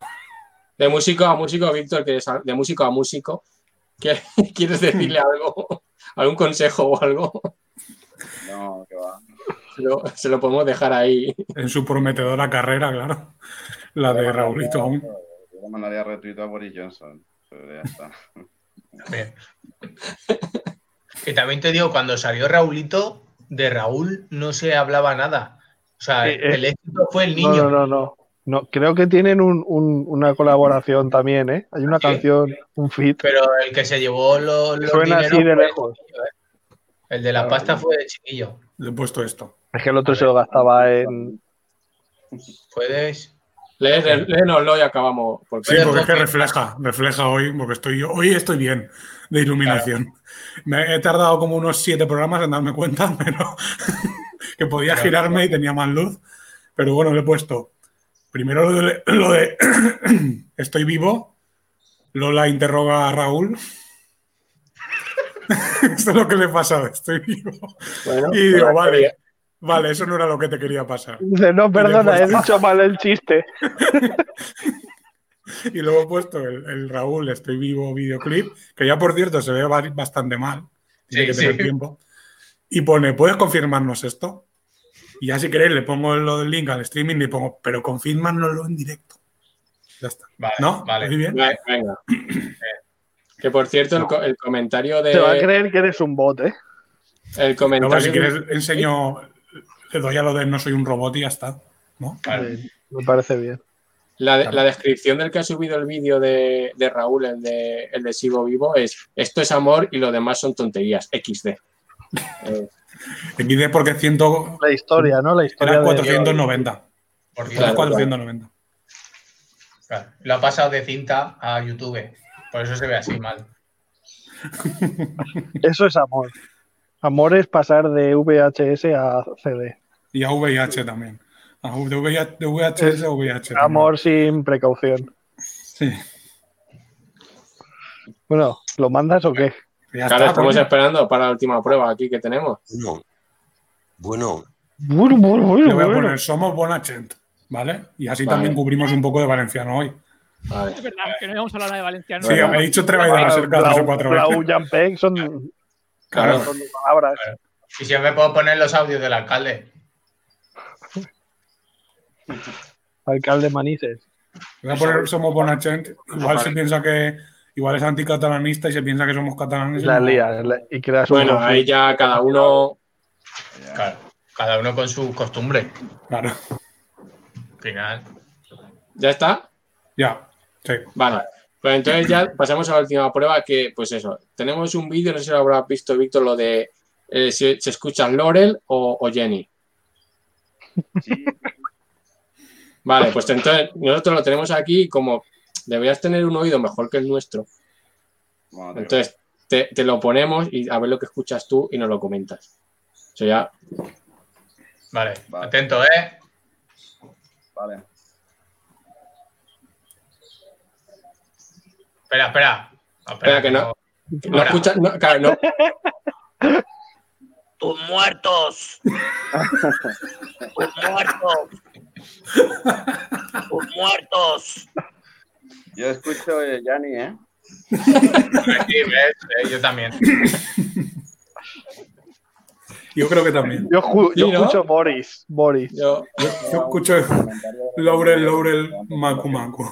Speaker 1: De músico a músico, Víctor, que es a- de músico a músico, ¿qué- ¿quieres decirle algo? ¿Algún consejo o algo?
Speaker 6: No, que va.
Speaker 1: Se lo, se lo podemos dejar ahí.
Speaker 2: En su prometedora carrera, claro. La de Raulito aún.
Speaker 6: Yo le mandaría retweet a Boris Johnson. Pero ya está.
Speaker 5: Bien. Que también te digo, cuando salió Raulito, de Raúl no se hablaba nada. O sea,
Speaker 3: Sí, eh.
Speaker 5: el éxito fue el
Speaker 3: No,
Speaker 5: niño.
Speaker 3: no, no, no. No, creo que tienen un- un- una colaboración también, ¿eh? Hay una
Speaker 5: Sí.
Speaker 3: canción, un feat.
Speaker 5: Pero el que se llevó los, los
Speaker 3: Suena así
Speaker 5: dineros
Speaker 3: de
Speaker 5: fue-
Speaker 3: lejos. Ah.
Speaker 5: El de la
Speaker 6: Claro.
Speaker 5: pasta fue de chiquillo.
Speaker 2: Le he puesto esto.
Speaker 3: Es que el otro se lo gastaba en.
Speaker 5: Fue de-
Speaker 1: Léenos- Léenoslo y acabamos. Porque
Speaker 2: Sí,
Speaker 5: Oye,
Speaker 2: porque es que
Speaker 5: Jorge.
Speaker 2: refleja, refleja hoy, porque estoy yo, hoy estoy bien de iluminación. Me he tardado como unos siete programas en darme cuenta, pero que podía girarme y tenía más luz. Pero bueno, le he puesto primero lo de, lo de estoy vivo. Lola interroga a Raúl. Esto es lo que le pasa, estoy vivo.
Speaker 1: bueno,
Speaker 2: Y digo,
Speaker 1: bueno,
Speaker 2: vale, vale, eso no era lo que te quería pasar.
Speaker 3: Dice, no, perdona, he
Speaker 2: puesto-
Speaker 3: dicho mal el chiste.
Speaker 2: Y luego he puesto el, el Raúl Estoy Vivo videoclip, que ya por cierto se ve ba- bastante mal. Tiene
Speaker 5: Sí,
Speaker 2: que tener
Speaker 5: sí.
Speaker 2: tiempo. Y pone, ¿puedes confirmarnos esto? Y ya si queréis le pongo el, el link al streaming y pongo, pero confirmárnoslo en directo. Ya está.
Speaker 5: Vale,
Speaker 2: ¿No?
Speaker 5: vale.
Speaker 2: ¿Muy bien?
Speaker 1: ve- Venga. Que por cierto, el, co- el comentario
Speaker 3: Te
Speaker 2: Eh,
Speaker 3: va a
Speaker 1: de.
Speaker 3: creer que eres un bot, ¿eh?
Speaker 1: El
Speaker 2: Luego, si
Speaker 1: comentario.
Speaker 2: quieres, enseño, le doy a lo de no soy un robot y ya está. ¿no?
Speaker 5: Vale.
Speaker 3: Eh, Me parece bien.
Speaker 1: La, de- la descripción del que ha subido el vídeo de, de Raúl, el de, el de Sigo Vivo, es: Esto es amor y lo demás son tonterías. XD. Eh,
Speaker 2: Te quité porque ciento,
Speaker 3: La historia, ¿no? La historia.
Speaker 2: eran
Speaker 3: de-
Speaker 2: 490.
Speaker 5: Por Dios.
Speaker 2: Eran
Speaker 1: Claro,
Speaker 2: 490.
Speaker 5: Claro. Lo ha pasado de cinta a YouTube. Por eso se ve así mal.
Speaker 3: Eso es amor. Amor es pasar de VHS a CD.
Speaker 2: Y a VIH también. A de VIH, de VHS a VIH. también.
Speaker 3: Amor sin precaución.
Speaker 2: Sí.
Speaker 3: Bueno, ¿lo mandas o qué?
Speaker 1: claro,
Speaker 2: Ya está, pues.
Speaker 1: estamos
Speaker 2: coño.
Speaker 1: esperando para la última prueba aquí que tenemos.
Speaker 8: Bueno, bueno,
Speaker 3: Bueno, bueno,
Speaker 2: Le
Speaker 3: bueno,
Speaker 2: voy a
Speaker 3: bueno.
Speaker 2: poner Somos Bonachent, ¿vale? Y así
Speaker 1: Vale.
Speaker 2: también cubrimos un poco de valenciano hoy.
Speaker 1: A ver.
Speaker 4: Es verdad que no íbamos a hablar nada de valenciano.
Speaker 2: Sí, he dicho tres veces acerca tres o cuatro veces.
Speaker 3: Blau, Jampeg son,
Speaker 2: Claro.
Speaker 3: son palabras.
Speaker 5: Y si me puedo poner los audios del alcalde.
Speaker 3: Alcalde Manises.
Speaker 2: Voy a poner somos Bonachent. Igual se piensa que. Igual es anticatalanista y se piensa que somos catalanes.
Speaker 3: Las lías la- y creas un
Speaker 1: Bueno, ahí
Speaker 3: conflicto.
Speaker 1: ya cada uno.
Speaker 5: Claro, cada uno con sus costumbres.
Speaker 2: Claro.
Speaker 5: Al final.
Speaker 1: ¿Ya está?
Speaker 2: Ya. Sí.
Speaker 1: Vale. Pues entonces ya pasamos a la última prueba, que pues eso. Tenemos un vídeo, no sé si lo habrás visto, Víctor, lo de eh, si se escucha Laurel o, o Jenny.
Speaker 6: Sí,
Speaker 1: Vale, pues entonces nosotros lo tenemos aquí y como deberías tener un oído mejor que el nuestro.
Speaker 6: madre
Speaker 1: Entonces te, te lo ponemos y a ver lo que escuchas tú y nos lo comentas. Eso ya.
Speaker 5: Vale,
Speaker 6: Vale.
Speaker 5: atento, ¿eh?
Speaker 6: Vale.
Speaker 5: Espera, espera. No,
Speaker 1: Espera, que no. No
Speaker 5: Ahora.
Speaker 1: escuchas. no, claro, no.
Speaker 10: ¡Tus muertos! ¡Tus muertos! ¡Tus muertos!
Speaker 6: Yo escucho eh, Yanni, ¿eh?
Speaker 5: Sí, ves, eh, Yo también.
Speaker 2: Yo creo que también.
Speaker 3: Yo, ju- yo
Speaker 1: Sí, ¿no?
Speaker 3: escucho Boris. Boris.
Speaker 1: Yo,
Speaker 2: Yo escucho Laurel, Laurel, Macu, Macu.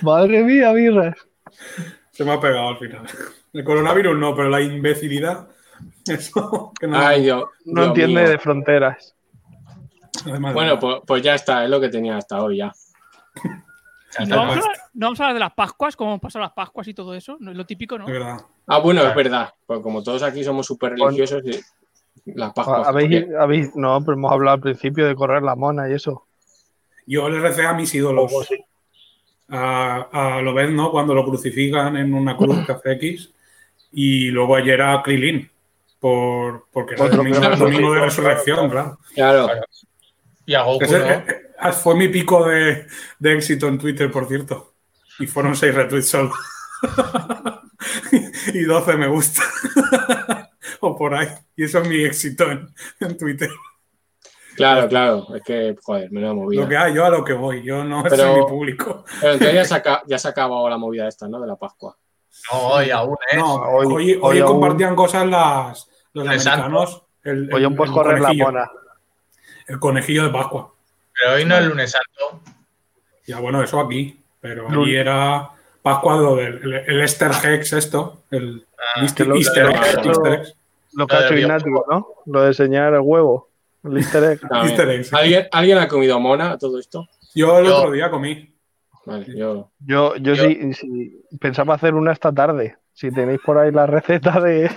Speaker 3: Madre mía, birras.
Speaker 2: Se me ha pegado al final. El coronavirus no, pero la imbecilidad. Eso. Que no,
Speaker 1: ay, Dios.
Speaker 3: No
Speaker 1: Dios
Speaker 3: entiende
Speaker 1: mío.
Speaker 3: de fronteras.
Speaker 2: Además,
Speaker 1: Bueno, pues, pues ya está, es lo que tenía hasta hoy ya.
Speaker 5: Ya
Speaker 4: ¿No
Speaker 5: está.
Speaker 4: vamos, a hablar, no vamos a hablar de las Pascuas, cómo han pasado las Pascuas y todo eso. No es lo típico, ¿no?
Speaker 2: de verdad.
Speaker 1: Ah, bueno, es
Speaker 5: Claro.
Speaker 1: verdad, pues como todos aquí somos súper religiosos, eh, las Pascuas.
Speaker 3: Ah, ¿Habéis,
Speaker 1: porque-
Speaker 3: habéis, no, pero hemos hablado al principio de correr la mona y eso.
Speaker 2: Yo le recé a mis ídolos. A, a Lobez, ¿no? Cuando lo crucifican en una cruz que hace X. Y luego ayer a Krilin. Por, porque era el
Speaker 3: Otro
Speaker 2: domingo,
Speaker 3: gran
Speaker 2: el domingo de
Speaker 3: crucifijo,
Speaker 2: resurrección, claro.
Speaker 1: Claro,
Speaker 5: Claro. Y a Goku,
Speaker 2: Ese-
Speaker 5: ¿no?
Speaker 2: eh, eh, fue mi pico de, de éxito en Twitter, por cierto. Y fueron seis retweets solo. y 12 me gusta. o por ahí. Y eso es mi éxito en, en Twitter.
Speaker 1: claro, claro. Es que, joder, me lo he movido.
Speaker 2: Lo que hay, yo a lo que voy. Yo no
Speaker 1: Pero-
Speaker 2: soy mi público.
Speaker 1: Pero entonces ya se, aca- ya se ha acabado la movida esta, ¿no? De la Pascua.
Speaker 5: No, hoy aún, ¿eh?
Speaker 2: No,
Speaker 3: hoy-
Speaker 2: hoy, hoy,
Speaker 3: hoy aún-
Speaker 2: compartían cosas las, los
Speaker 5: Exacto.
Speaker 2: americanos. El,
Speaker 3: Oye,
Speaker 2: el-
Speaker 3: un poco
Speaker 2: el
Speaker 3: correr la
Speaker 2: conejillo,
Speaker 3: mona.
Speaker 2: El conejillo de Pascua.
Speaker 5: Pero hoy no es lunes santo.
Speaker 2: Ya bueno, eso aquí. Pero
Speaker 3: Lul.
Speaker 2: allí era Pascua, lo del- el, el Easter Hex, esto. El
Speaker 5: Ah,
Speaker 2: Easter,
Speaker 3: lo-
Speaker 2: Easter
Speaker 5: lo-
Speaker 2: egg,
Speaker 3: lo-
Speaker 2: Easter egg.
Speaker 3: Lo que
Speaker 5: Lo
Speaker 3: ha
Speaker 5: de
Speaker 3: hecho
Speaker 5: Dios.
Speaker 3: Ignatius, ¿no? Lo de enseñar el huevo. El easter egg.
Speaker 1: También.
Speaker 2: Easter eggs.
Speaker 1: ¿Alguien, ¿Alguien ha comido mona a todo esto?
Speaker 2: Yo el
Speaker 5: Yo-
Speaker 2: otro día comí.
Speaker 1: Vale, yo.
Speaker 3: Yo, yo,
Speaker 5: Yo-
Speaker 3: sí, sí, pensaba hacer una esta tarde. Si tenéis por ahí la receta de,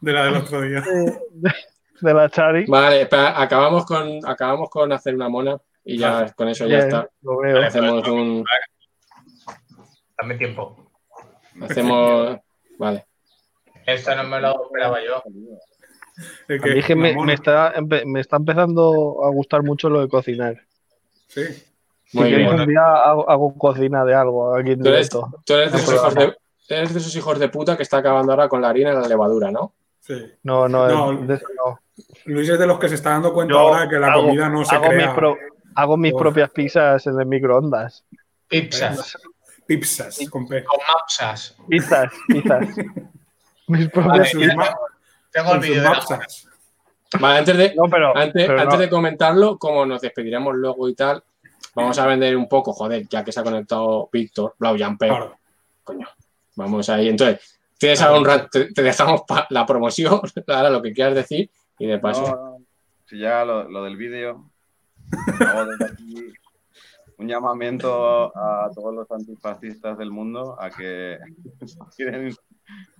Speaker 2: De la del otro día.
Speaker 3: de la Chari,
Speaker 1: Vale, espera, acabamos con, acabamos con hacer una mona y ya con eso ya
Speaker 3: eh,
Speaker 1: está.
Speaker 3: lo veo.
Speaker 5: Vale.
Speaker 1: Hacemos un.
Speaker 5: Dame tiempo.
Speaker 1: Hacemos. Vale.
Speaker 5: Esto no me lo esperaba yo.
Speaker 2: El
Speaker 3: A mí es que
Speaker 2: la
Speaker 3: me,
Speaker 2: mona.
Speaker 3: me está, empe- me está empezando a gustar mucho lo de cocinar.
Speaker 2: Sí.
Speaker 1: Muy
Speaker 3: si queréis
Speaker 1: bien.
Speaker 3: un día hago, hago cocina de algo aquí en
Speaker 1: Tú eres-
Speaker 3: directo.
Speaker 1: Tú eres de, esos
Speaker 3: No,
Speaker 1: hijos de, eres de esos hijos de puta que está acabando ahora con la harina y la levadura, ¿no?
Speaker 2: Sí.
Speaker 3: No, no,
Speaker 2: No,
Speaker 3: de eso no.
Speaker 2: Luis es de los que se está dando cuenta
Speaker 3: Yo
Speaker 2: ahora que la
Speaker 3: hago-
Speaker 2: comida no se
Speaker 3: hago mis,
Speaker 2: crea.
Speaker 3: pro- hago mis
Speaker 2: Uf.
Speaker 3: propias pizzas en el microondas.
Speaker 5: Pizzas.
Speaker 2: Pizzas con P.
Speaker 5: Con mapsas.
Speaker 3: Pizzas, pizzas. mis
Speaker 2: Con
Speaker 3: propias
Speaker 2: sus
Speaker 3: pizzas.
Speaker 2: ma-
Speaker 5: Tengo el
Speaker 2: con sus
Speaker 5: vídeo de la...
Speaker 2: mapsas.
Speaker 1: Vale, antes de,
Speaker 3: No, pero,
Speaker 1: Antes,
Speaker 3: pero
Speaker 1: antes
Speaker 3: no.
Speaker 1: de comentarlo, como nos despediremos luego y tal, vamos a vender un poco, joder, ya que se ha conectado Víctor, Blau Jamper,
Speaker 2: Claro.
Speaker 1: coño. Vamos ahí. Entonces, tienes ahora un rato, te, te dejamos pa- la promoción, ahora lo que quieras decir, y de paso.
Speaker 6: No, no. Si ya lo, lo del vídeo, hago desde aquí un llamamiento a todos los antifascistas del mundo a que si quieren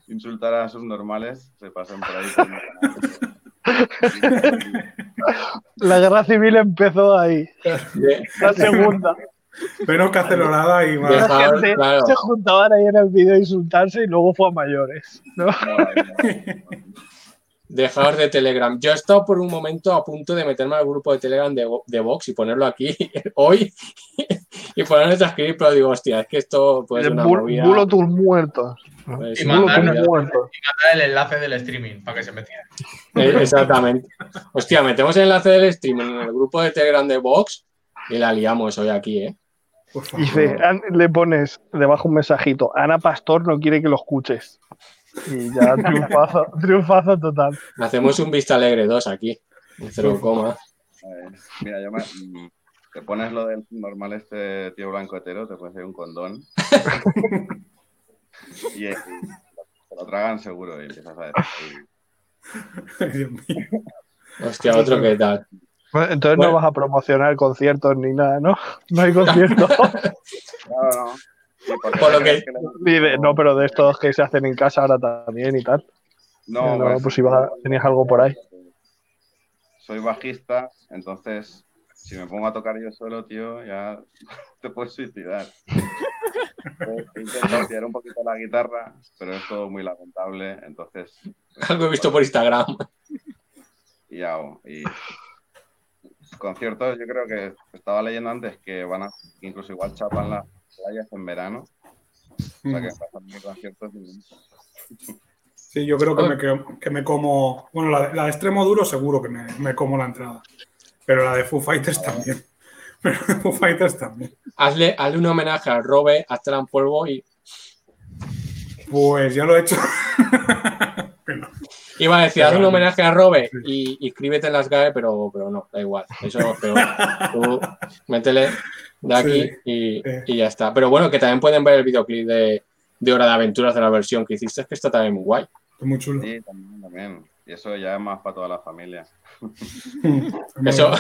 Speaker 6: insultar a sus normales, se pasen por ahí. con-
Speaker 3: La guerra civil empezó ahí.
Speaker 1: De-
Speaker 3: La segunda.
Speaker 2: Menos cacerolada y más.
Speaker 1: Deja-
Speaker 3: La gente
Speaker 1: claro.
Speaker 3: se juntaban ahí en el vídeo a insultarse y luego fue a mayores. ¿no?
Speaker 1: dejaos de Telegram. Yo he estado por un momento a punto de meterme al grupo de Telegram de, Vo- de Vox y ponerlo aquí hoy y ponerlo a transcribir, pero digo, hostia, es que esto puede ser una
Speaker 3: Bul-
Speaker 1: movida. pues,
Speaker 3: bulo tus muertos.
Speaker 1: puede ser
Speaker 5: Y
Speaker 1: una
Speaker 3: Bulo
Speaker 5: mandar-
Speaker 1: movida.
Speaker 3: tus muertos.
Speaker 5: Y mandar el enlace del streaming para que se metiera.
Speaker 1: Eh, Exactamente. Hostia, metemos el enlace del stream en el grupo de Telegram de Vox Y la liamos hoy aquí, ¿eh?
Speaker 3: Y dice, An- le pones debajo un mensajito. Ana Pastor no quiere que lo escuches. Y ya triunfazo, triunfazo total.
Speaker 1: Hacemos un Vista Alegre 2 aquí. en Cero coma.
Speaker 6: Eh, mira, yo me- mm, Te pones lo del normal este tío blanco hetero, te puedes hacer un condón. y eh, te lo tragan seguro y empiezas a decir.
Speaker 1: Hostia, otro que tal.
Speaker 3: Bueno, entonces no vas a promocionar conciertos ni nada, ¿no? No hay conciertos.
Speaker 6: Claro, no. Sí, porque
Speaker 1: Por lo
Speaker 6: creo
Speaker 1: que-
Speaker 3: Y de- no, pero de estos que se hacen en casa ahora también y tal.
Speaker 6: No,
Speaker 3: Pero,
Speaker 6: pues-
Speaker 3: pues si vas a- tenías algo por ahí.
Speaker 6: soy bajista, entonces si me pongo a tocar yo solo, tío, ya te puedes suicidar. He intentado tirar un poquito la guitarra, pero es todo muy lamentable, entonces
Speaker 1: Algo he visto por Instagram.
Speaker 6: y hago. Y conciertos, yo creo que estaba leyendo antes que van a, incluso igual chapan las playas en verano. O sea que
Speaker 2: Mm.
Speaker 6: pasan muy conciertos. y-
Speaker 2: Sí, yo creo que me, que- que me como. Bueno, la, de- la de extremo duro seguro que me, me como la entrada. Pero la de Foo Fighters
Speaker 6: Ah.
Speaker 2: también. Pero la de Foo Fighters también.
Speaker 1: Hazle, hazle un homenaje a Robert, a Tran Polvo y
Speaker 2: Pues ya lo he hecho.
Speaker 1: Iba a decir, haz un homenaje a Robert y, y escríbete en las GAE, pero, pero no, da igual. Eso es peor. Tú métele de aquí y, y ya está. Pero bueno, que también pueden ver el videoclip de, de Hora de Aventuras de la versión que hiciste, que está también muy guay.
Speaker 2: Muy chulo.
Speaker 6: Sí, también, también. Y eso ya es más para toda la familia.
Speaker 1: Eso,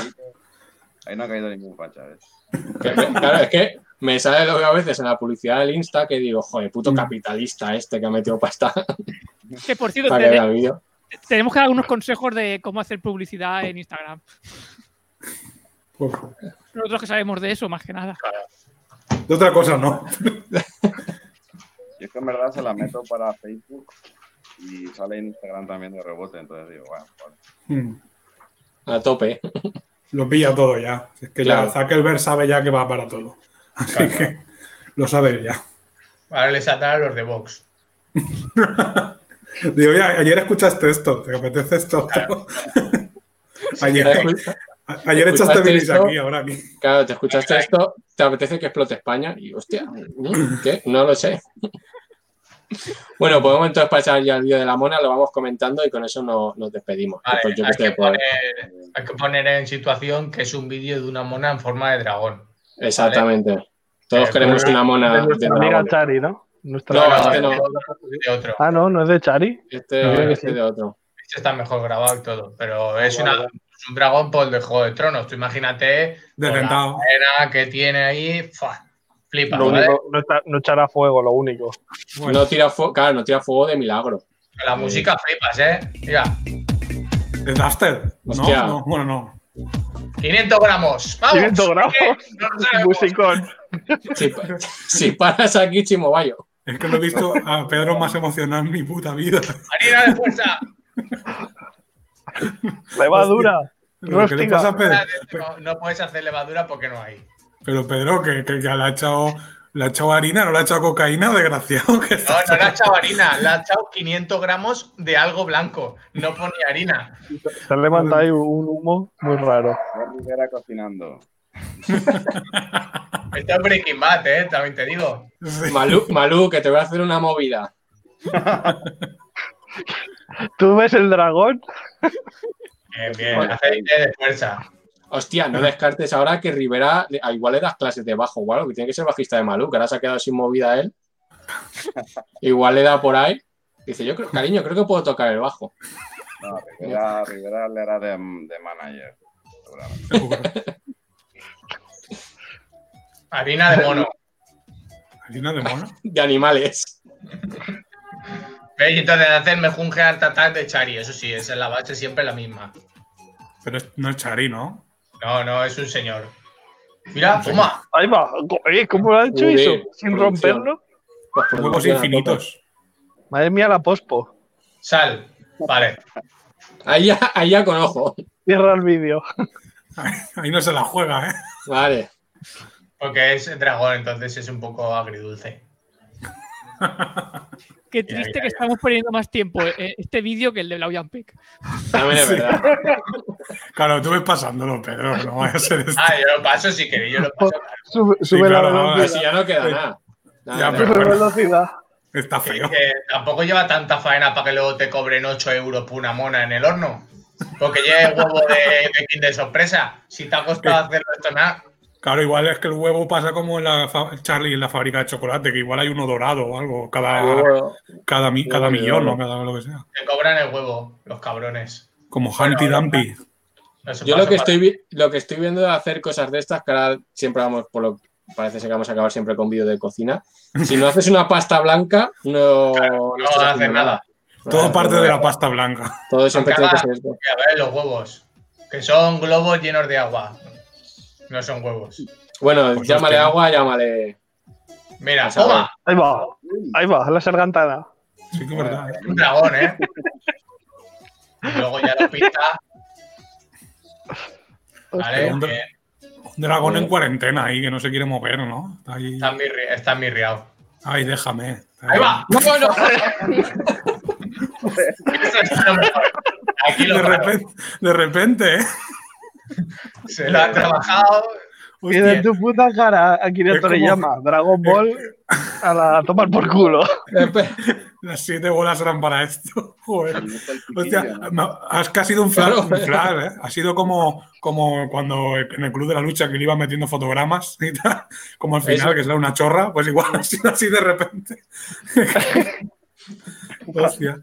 Speaker 6: Ahí no ha caído ningún facha, ¿eh? ¿ves?
Speaker 1: que- que- claro, es que me sale lo que a veces en la publicidad del Insta que digo, joder, puto capitalista este que ha metido pasta
Speaker 4: Que por cierto,
Speaker 1: para que haga
Speaker 4: tene-
Speaker 1: vídeo.
Speaker 4: tenemos que dar algunos consejos de cómo hacer publicidad en Instagram. Nosotros que sabemos de eso, más que nada.
Speaker 2: De otra cosa no.
Speaker 6: Yo es que en verdad se la meto para Facebook y sale en Instagram también de rebote, entonces digo, bueno, vale.
Speaker 2: Mm,
Speaker 1: A tope.
Speaker 2: Lo pilla todo ya. Es que
Speaker 1: Claro.
Speaker 2: ya Zuckerberg sabe ya que va para todo. Así que lo sabe ya.
Speaker 5: Ahora les atan a los de Vox.
Speaker 2: Digo, oye, ayer escuchaste esto, ¿te apetece esto? ayer,
Speaker 1: Escucha-
Speaker 2: a- ayer echaste
Speaker 1: escuchaste
Speaker 2: bilis
Speaker 1: esto,
Speaker 2: aquí, ahora aquí.
Speaker 1: Claro, te escuchaste esto, te apetece que explote España y hostia, ¿qué? No lo sé. Bueno, pues podemos entonces pasar ya al vídeo de la mona, lo vamos comentando y con eso nos, nos despedimos.
Speaker 5: Vale,
Speaker 1: Después yo que
Speaker 5: hay,
Speaker 1: sé,
Speaker 5: que
Speaker 1: pues,
Speaker 5: poner, hay que poner en situación que es un vídeo de una mona en forma de dragón.
Speaker 1: Exactamente. Todos
Speaker 5: Eh,
Speaker 1: queremos
Speaker 5: bueno,
Speaker 1: una mona
Speaker 5: de
Speaker 1: de
Speaker 5: nuestra
Speaker 1: dragón.
Speaker 3: Amiga Chari, ¿no? Nuestra
Speaker 1: No,
Speaker 3: amiga
Speaker 1: este no.
Speaker 3: Chari.
Speaker 5: De otro.
Speaker 3: Ah, no, no es de Chari.
Speaker 1: Este,
Speaker 3: No,
Speaker 1: este
Speaker 3: sí.
Speaker 1: de otro.
Speaker 5: Este está mejor grabado y todo, pero es, una, es un dragón por el de Juego de Tronos. Tú imagínate con la
Speaker 2: Desdentado.
Speaker 5: cadena que tiene ahí, ¡fua! flipa,
Speaker 3: Lo
Speaker 5: ¿vale?
Speaker 3: único, no, está- no echará fuego, lo único.
Speaker 1: No tira fuego, claro, no tira fuego de milagro.
Speaker 5: Con La música flipas, ¿eh? Mira,
Speaker 2: ¿Es Duster? No,
Speaker 1: Hostia.
Speaker 2: no, bueno, no.
Speaker 5: 500 gramos, vamos.
Speaker 3: 500 gramos.
Speaker 5: No lo sabemos.
Speaker 3: Musicón.
Speaker 1: Si, pa- si paras aquí, chimobayo.
Speaker 2: Es que lo he visto a Pedro más emocional en mi puta vida.
Speaker 5: Harina de fuerza.
Speaker 3: Levadura.
Speaker 2: ¿Pero qué le
Speaker 3: Rústica.
Speaker 2: pasa a Pedro?
Speaker 5: No, no puedes hacer levadura porque no hay.
Speaker 2: Pero Pedro, que, que ya le ha echado, le ha echado harina, no le ha echado cocaína, desgraciado. Que
Speaker 5: No,
Speaker 2: está
Speaker 5: no le ha echado harina, le ha echado 500 gramos de algo blanco. No ponía harina.
Speaker 3: Se han levantado ahí un humo muy raro.
Speaker 6: Ver Rivera cocinando.
Speaker 5: Esto es Breaking Bad, ¿eh? También te digo.
Speaker 1: Malú, Malú, que te voy a hacer una movida.
Speaker 3: ¿Tú ves el dragón?
Speaker 5: Bien, bien. Aceite de fuerza.
Speaker 1: Hostia, no descartes ahora que Rivera le- a igual le das clases de bajo o algo, que tiene que ser bajista de Malú, que ahora se ha quedado sin movida él. Igual le da por ahí. Dice, yo creo, cariño, creo que puedo tocar el bajo.
Speaker 6: No, Rivera, Rivera le hará de, de manager. seguramente.
Speaker 2: seguro.
Speaker 5: Harina de mono.
Speaker 2: Harina de mono.
Speaker 1: De animales.
Speaker 5: ¿Veis? Entonces hacerme mejunje tatar de Chari. Eso sí, esa es la base siempre la misma.
Speaker 2: Pero es- no es Chari, ¿no?
Speaker 5: No, no, es un señor. Mira, toma.
Speaker 3: Ahí va. Eh, ¿Cómo lo ha hecho
Speaker 1: Joder,
Speaker 3: eso? ¿Sin
Speaker 1: producción.
Speaker 3: romperlo?
Speaker 1: Pues
Speaker 2: Huevos infinitos.
Speaker 3: Madre mía, la pospo.
Speaker 5: Sal. Vale.
Speaker 1: Ahí ya, ahí ya con ojo.
Speaker 3: Cierra el vídeo.
Speaker 2: Ahí no se la juega, ¿eh?
Speaker 1: Vale.
Speaker 5: Porque es dragón, entonces es un poco agridulce.
Speaker 4: Qué triste que estamos perdiendo más tiempo eh, este vídeo que el de Blaujan Peck.
Speaker 5: También es verdad.
Speaker 2: Claro, tú ves pasándolo, Pedro, no vaya a ser este. esto.
Speaker 5: Ah, yo lo paso si queréis, yo lo paso.
Speaker 3: Sube,
Speaker 2: Sí,
Speaker 3: sube
Speaker 2: claro,
Speaker 3: la
Speaker 2: vamos a
Speaker 5: Pero
Speaker 2: ver.
Speaker 5: si ya no queda nada. Nada,
Speaker 2: Ya,
Speaker 5: nada.
Speaker 2: pero
Speaker 3: Sube
Speaker 2: bueno,
Speaker 3: velocidad.
Speaker 2: está feo.
Speaker 5: Que tampoco lleva tanta faena para que luego te cobren 8 euros por una mona en el horno. Porque lleva el huevo de, de Kinder Sorpresa. Si te ha costado hacerlo esto nada.
Speaker 2: Claro, igual es que el huevo pasa como en la fa- Charlie en la fábrica de chocolate, que igual hay uno dorado o algo, cada,
Speaker 1: Luego,
Speaker 2: cada, mi- cada
Speaker 1: huevo
Speaker 2: millón
Speaker 1: dorado.
Speaker 2: o cada lo que sea.
Speaker 5: Te cobran el huevo, los cabrones.
Speaker 2: Como Humpty Dumpty.
Speaker 5: No se
Speaker 1: yo
Speaker 5: pasa
Speaker 1: lo que,
Speaker 5: para-
Speaker 1: estoy, vi- lo que estoy viendo de hacer cosas de estas, que ahora siempre vamos por lo parece ser que vamos a acabar siempre con vídeo de cocina. Si no haces una pasta blanca, no,
Speaker 5: no
Speaker 1: estás
Speaker 5: vas
Speaker 1: haciendo
Speaker 5: a hacer nada.
Speaker 2: Todo
Speaker 1: Ah,
Speaker 3: pues
Speaker 2: parte
Speaker 1: no,
Speaker 2: de la pasta blanca.
Speaker 1: Todo siempre tiene que ser esto.
Speaker 5: Y a ver, los huevos. Que son globos llenos de agua. No son huevos.
Speaker 1: Bueno,
Speaker 2: Pues
Speaker 1: llámale
Speaker 2: hostia.
Speaker 1: agua, llámale.
Speaker 5: Mira,
Speaker 1: Vas a ver.
Speaker 5: toma.
Speaker 3: Ahí va, ahí va, la sargantana.
Speaker 2: Sí que es verdad. ¿eh?
Speaker 5: Un dragón, ¿eh? Y luego ya lo pinta. Vale,
Speaker 2: Hostia.
Speaker 5: que
Speaker 2: Un dragón en cuarentena ahí que no se quiere mover, ¿no? Está ahí.
Speaker 5: está mirri- está mirriado.
Speaker 2: Ay, déjame.
Speaker 5: Ahí va. ¡No, no! Eso es lo mejor. Aquí lo
Speaker 2: De
Speaker 5: paro.
Speaker 2: repente, de repente, ¿eh?
Speaker 5: Se lo ha trabajado.
Speaker 3: Y
Speaker 2: Hostia,
Speaker 3: de tu puta cara, Akira
Speaker 2: Es como- eh,
Speaker 3: Toriyama, Dragon Ball, a la a tomar por culo.
Speaker 2: las siete bolas eran para esto. Joder. Hostia,
Speaker 6: Hostia,
Speaker 2: ma- has que ha sido un flash,
Speaker 1: Claro.
Speaker 2: un flash, ¿eh? Ha sido como, como cuando en el Club de la Lucha que le iban metiendo fotogramas y tal, como al final,
Speaker 1: Eso.
Speaker 2: que será una chorra, pues igual ha sido así de repente. Hostia.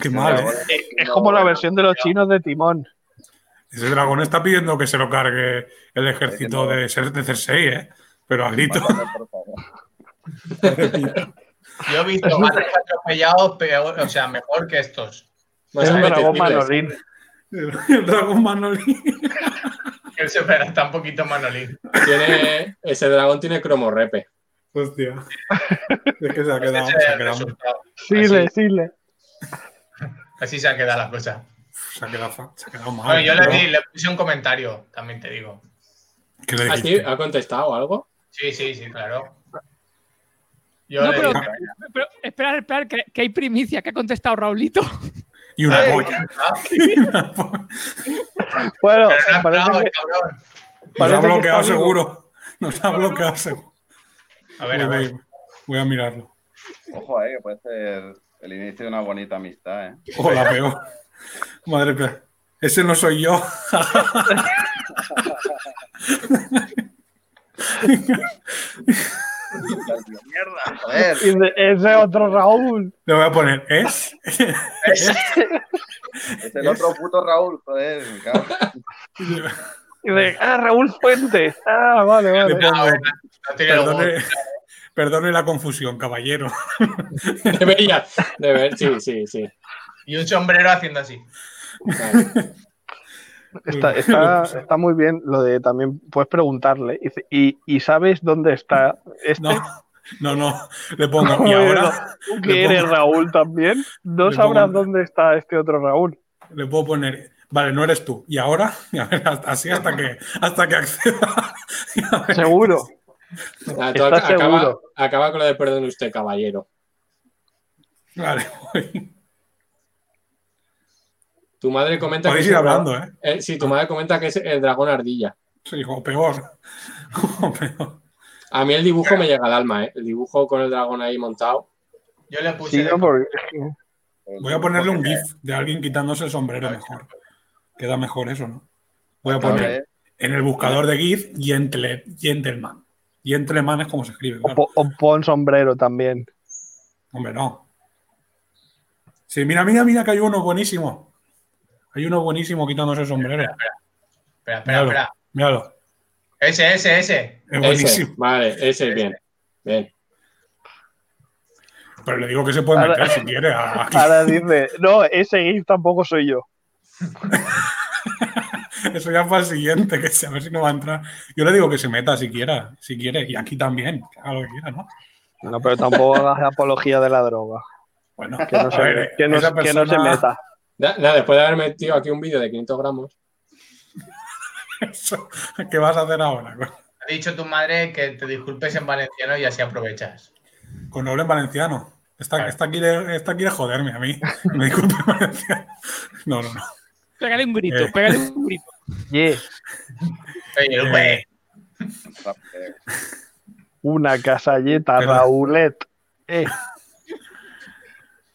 Speaker 2: Qué mal, ¿eh?
Speaker 3: Es, es como la versión de los chinos de Timón.
Speaker 2: Ese dragón está pidiendo que se lo cargue el ejército de, Cer- de Cersei, ¿eh? Pero a grito.
Speaker 5: Yo he visto más atropellados peor, o sea, mejor que estos.
Speaker 1: Más
Speaker 3: es un dragón
Speaker 1: apetecibles.
Speaker 3: manolín.
Speaker 2: El, el dragón Manolín.
Speaker 5: Que se pero está un poquito manolín.
Speaker 1: Tiene, ese dragón tiene cromorrepe.
Speaker 2: Hostia. Es que se ha
Speaker 5: Ese
Speaker 2: quedado,
Speaker 5: es
Speaker 2: se ha
Speaker 5: el
Speaker 2: quedado,
Speaker 5: resultado.
Speaker 3: Sile, sile.
Speaker 5: Así se ha quedado la cosa.
Speaker 2: se ha quedado fa- se ha quedado mal.
Speaker 5: Bueno, yo le,
Speaker 2: ¿no?
Speaker 5: di- le puse un comentario, también te digo.
Speaker 2: ¿Qué le
Speaker 1: Ah, sí,
Speaker 2: dijiste?
Speaker 1: ¿Ha contestado algo?
Speaker 5: Sí, sí, sí, claro. Yo
Speaker 4: No,
Speaker 5: le
Speaker 4: pero-
Speaker 5: dije,
Speaker 4: Pero esperar, esperar, que, que hay primicia que ha contestado Raulito.
Speaker 2: Y una
Speaker 5: "Ay,
Speaker 2: polla.
Speaker 5: ah,
Speaker 2: Y una polla.
Speaker 3: Bueno,
Speaker 5: pero no has
Speaker 3: parece
Speaker 5: hablado,
Speaker 3: que,
Speaker 5: cabrón.
Speaker 2: Nos ha
Speaker 3: Parece que
Speaker 2: bloqueado
Speaker 3: está vivo.
Speaker 2: seguro. Nos ha bloqueado seguro.
Speaker 5: A ver,
Speaker 2: Voy,
Speaker 5: a ver.
Speaker 2: voy- voy a mirarlo.
Speaker 6: Ojo, eh, que puede ser el inicio de una bonita amistad, eh.
Speaker 2: O Oh, la peor. Madre mía. Ese no soy yo.
Speaker 6: Mierda, joder.
Speaker 3: y de- ese otro Raúl.
Speaker 2: Le voy a poner. Es.
Speaker 6: Es el otro puto Raúl, joder. me cago.
Speaker 3: Y de, ah, Raúl Fuentes. Ah, vale,
Speaker 2: Le
Speaker 3: vale.
Speaker 2: pongo.
Speaker 5: No tiene los huevos.
Speaker 2: Perdone, perdone la confusión, caballero.
Speaker 1: Debería. Deber, sí, sí, sí.
Speaker 5: Y un sombrero haciendo así.
Speaker 1: Vale.
Speaker 3: Está, está, está muy bien lo de también puedes preguntarle. Y, dice, ¿y, y sabes dónde está este?
Speaker 2: No, no, no. Le pongo. Y ahora Pues
Speaker 3: ¿Tú
Speaker 2: le
Speaker 3: que eres
Speaker 2: pongo-
Speaker 3: Raúl también? No
Speaker 2: le
Speaker 3: sabrás
Speaker 2: pongo-
Speaker 3: dónde está este otro Raúl.
Speaker 2: le puedo poner. Vale, no eres tú. Y ahora, Y a ver, hasta- así hasta que hasta que acceda. Y a ver,
Speaker 3: Seguro.
Speaker 1: Ah, tú
Speaker 3: ¿Estás
Speaker 1: ac- acaba,
Speaker 3: seguro?
Speaker 1: acaba con lo de perdón usted, caballero.
Speaker 2: Vale, voy.
Speaker 1: Tu madre comenta
Speaker 2: podéis
Speaker 1: que
Speaker 2: ir
Speaker 1: es el
Speaker 2: hablando, ¿eh?
Speaker 1: dragón- eh, sí, tu madre comenta que es el dragón ardilla.
Speaker 2: Sí, o peor. O peor.
Speaker 1: A mí el dibujo me llega al alma, ¿eh? El dibujo con el dragón ahí montado.
Speaker 5: Yo le
Speaker 2: pues
Speaker 5: puse.
Speaker 3: Sí, no, porque es que-
Speaker 2: Voy a ponerle un GIF de alguien quitándose el sombrero mejor. Queda mejor eso, ¿no? Voy a
Speaker 6: Otra
Speaker 2: poner
Speaker 6: vez,
Speaker 2: en el buscador de GIF Gentle- Gentleman. Gentleman es como se escribe.
Speaker 3: O,
Speaker 2: claro.
Speaker 3: po- o pon sombrero también.
Speaker 2: Hombre, no. Sí, mira, mira, mira que hay uno buenísimo. Hay uno buenísimo quitándose el sombrero.
Speaker 5: Espera, espera,
Speaker 2: Míralo,
Speaker 5: espera.
Speaker 2: míralo.
Speaker 5: Ese, ese, ese.
Speaker 2: Es
Speaker 1: Ese,
Speaker 2: buenísimo.
Speaker 1: vale, ese, bien. Bien.
Speaker 2: Pero le digo que se puede meter
Speaker 3: Ahora-
Speaker 2: si quiere. a- aquí.
Speaker 3: Ahora dice, no, ese GIF tampoco soy yo.
Speaker 2: Eso ya para el siguiente, que se- a ver si no va a entrar. Yo le digo que se meta si quiera, si quiere. Y aquí también, que haga lo que quiera, ¿no?
Speaker 3: No, pero tampoco hagas apología de la droga.
Speaker 2: Bueno,
Speaker 3: Que no,
Speaker 2: a
Speaker 3: se,
Speaker 2: ver,
Speaker 3: que no-
Speaker 2: esa
Speaker 3: que no se
Speaker 2: persona-
Speaker 3: meta.
Speaker 1: Da- Nada, después de haber metido aquí un vídeo de 500 gramos.
Speaker 2: Eso, ¿Qué vas a hacer ahora? Con-
Speaker 5: Ha dicho tu madre que te disculpes en valenciano y así aprovechas.
Speaker 2: Con noble en valenciano. Esta, esta quiere, esta quiere joderme a mí. Me disculpe, Valencia. No, no, no.
Speaker 4: Pégale un grito,
Speaker 2: Eh.
Speaker 4: pégale un grito.
Speaker 5: Oye, güey.
Speaker 3: Una casalleta, Raulet. Eh,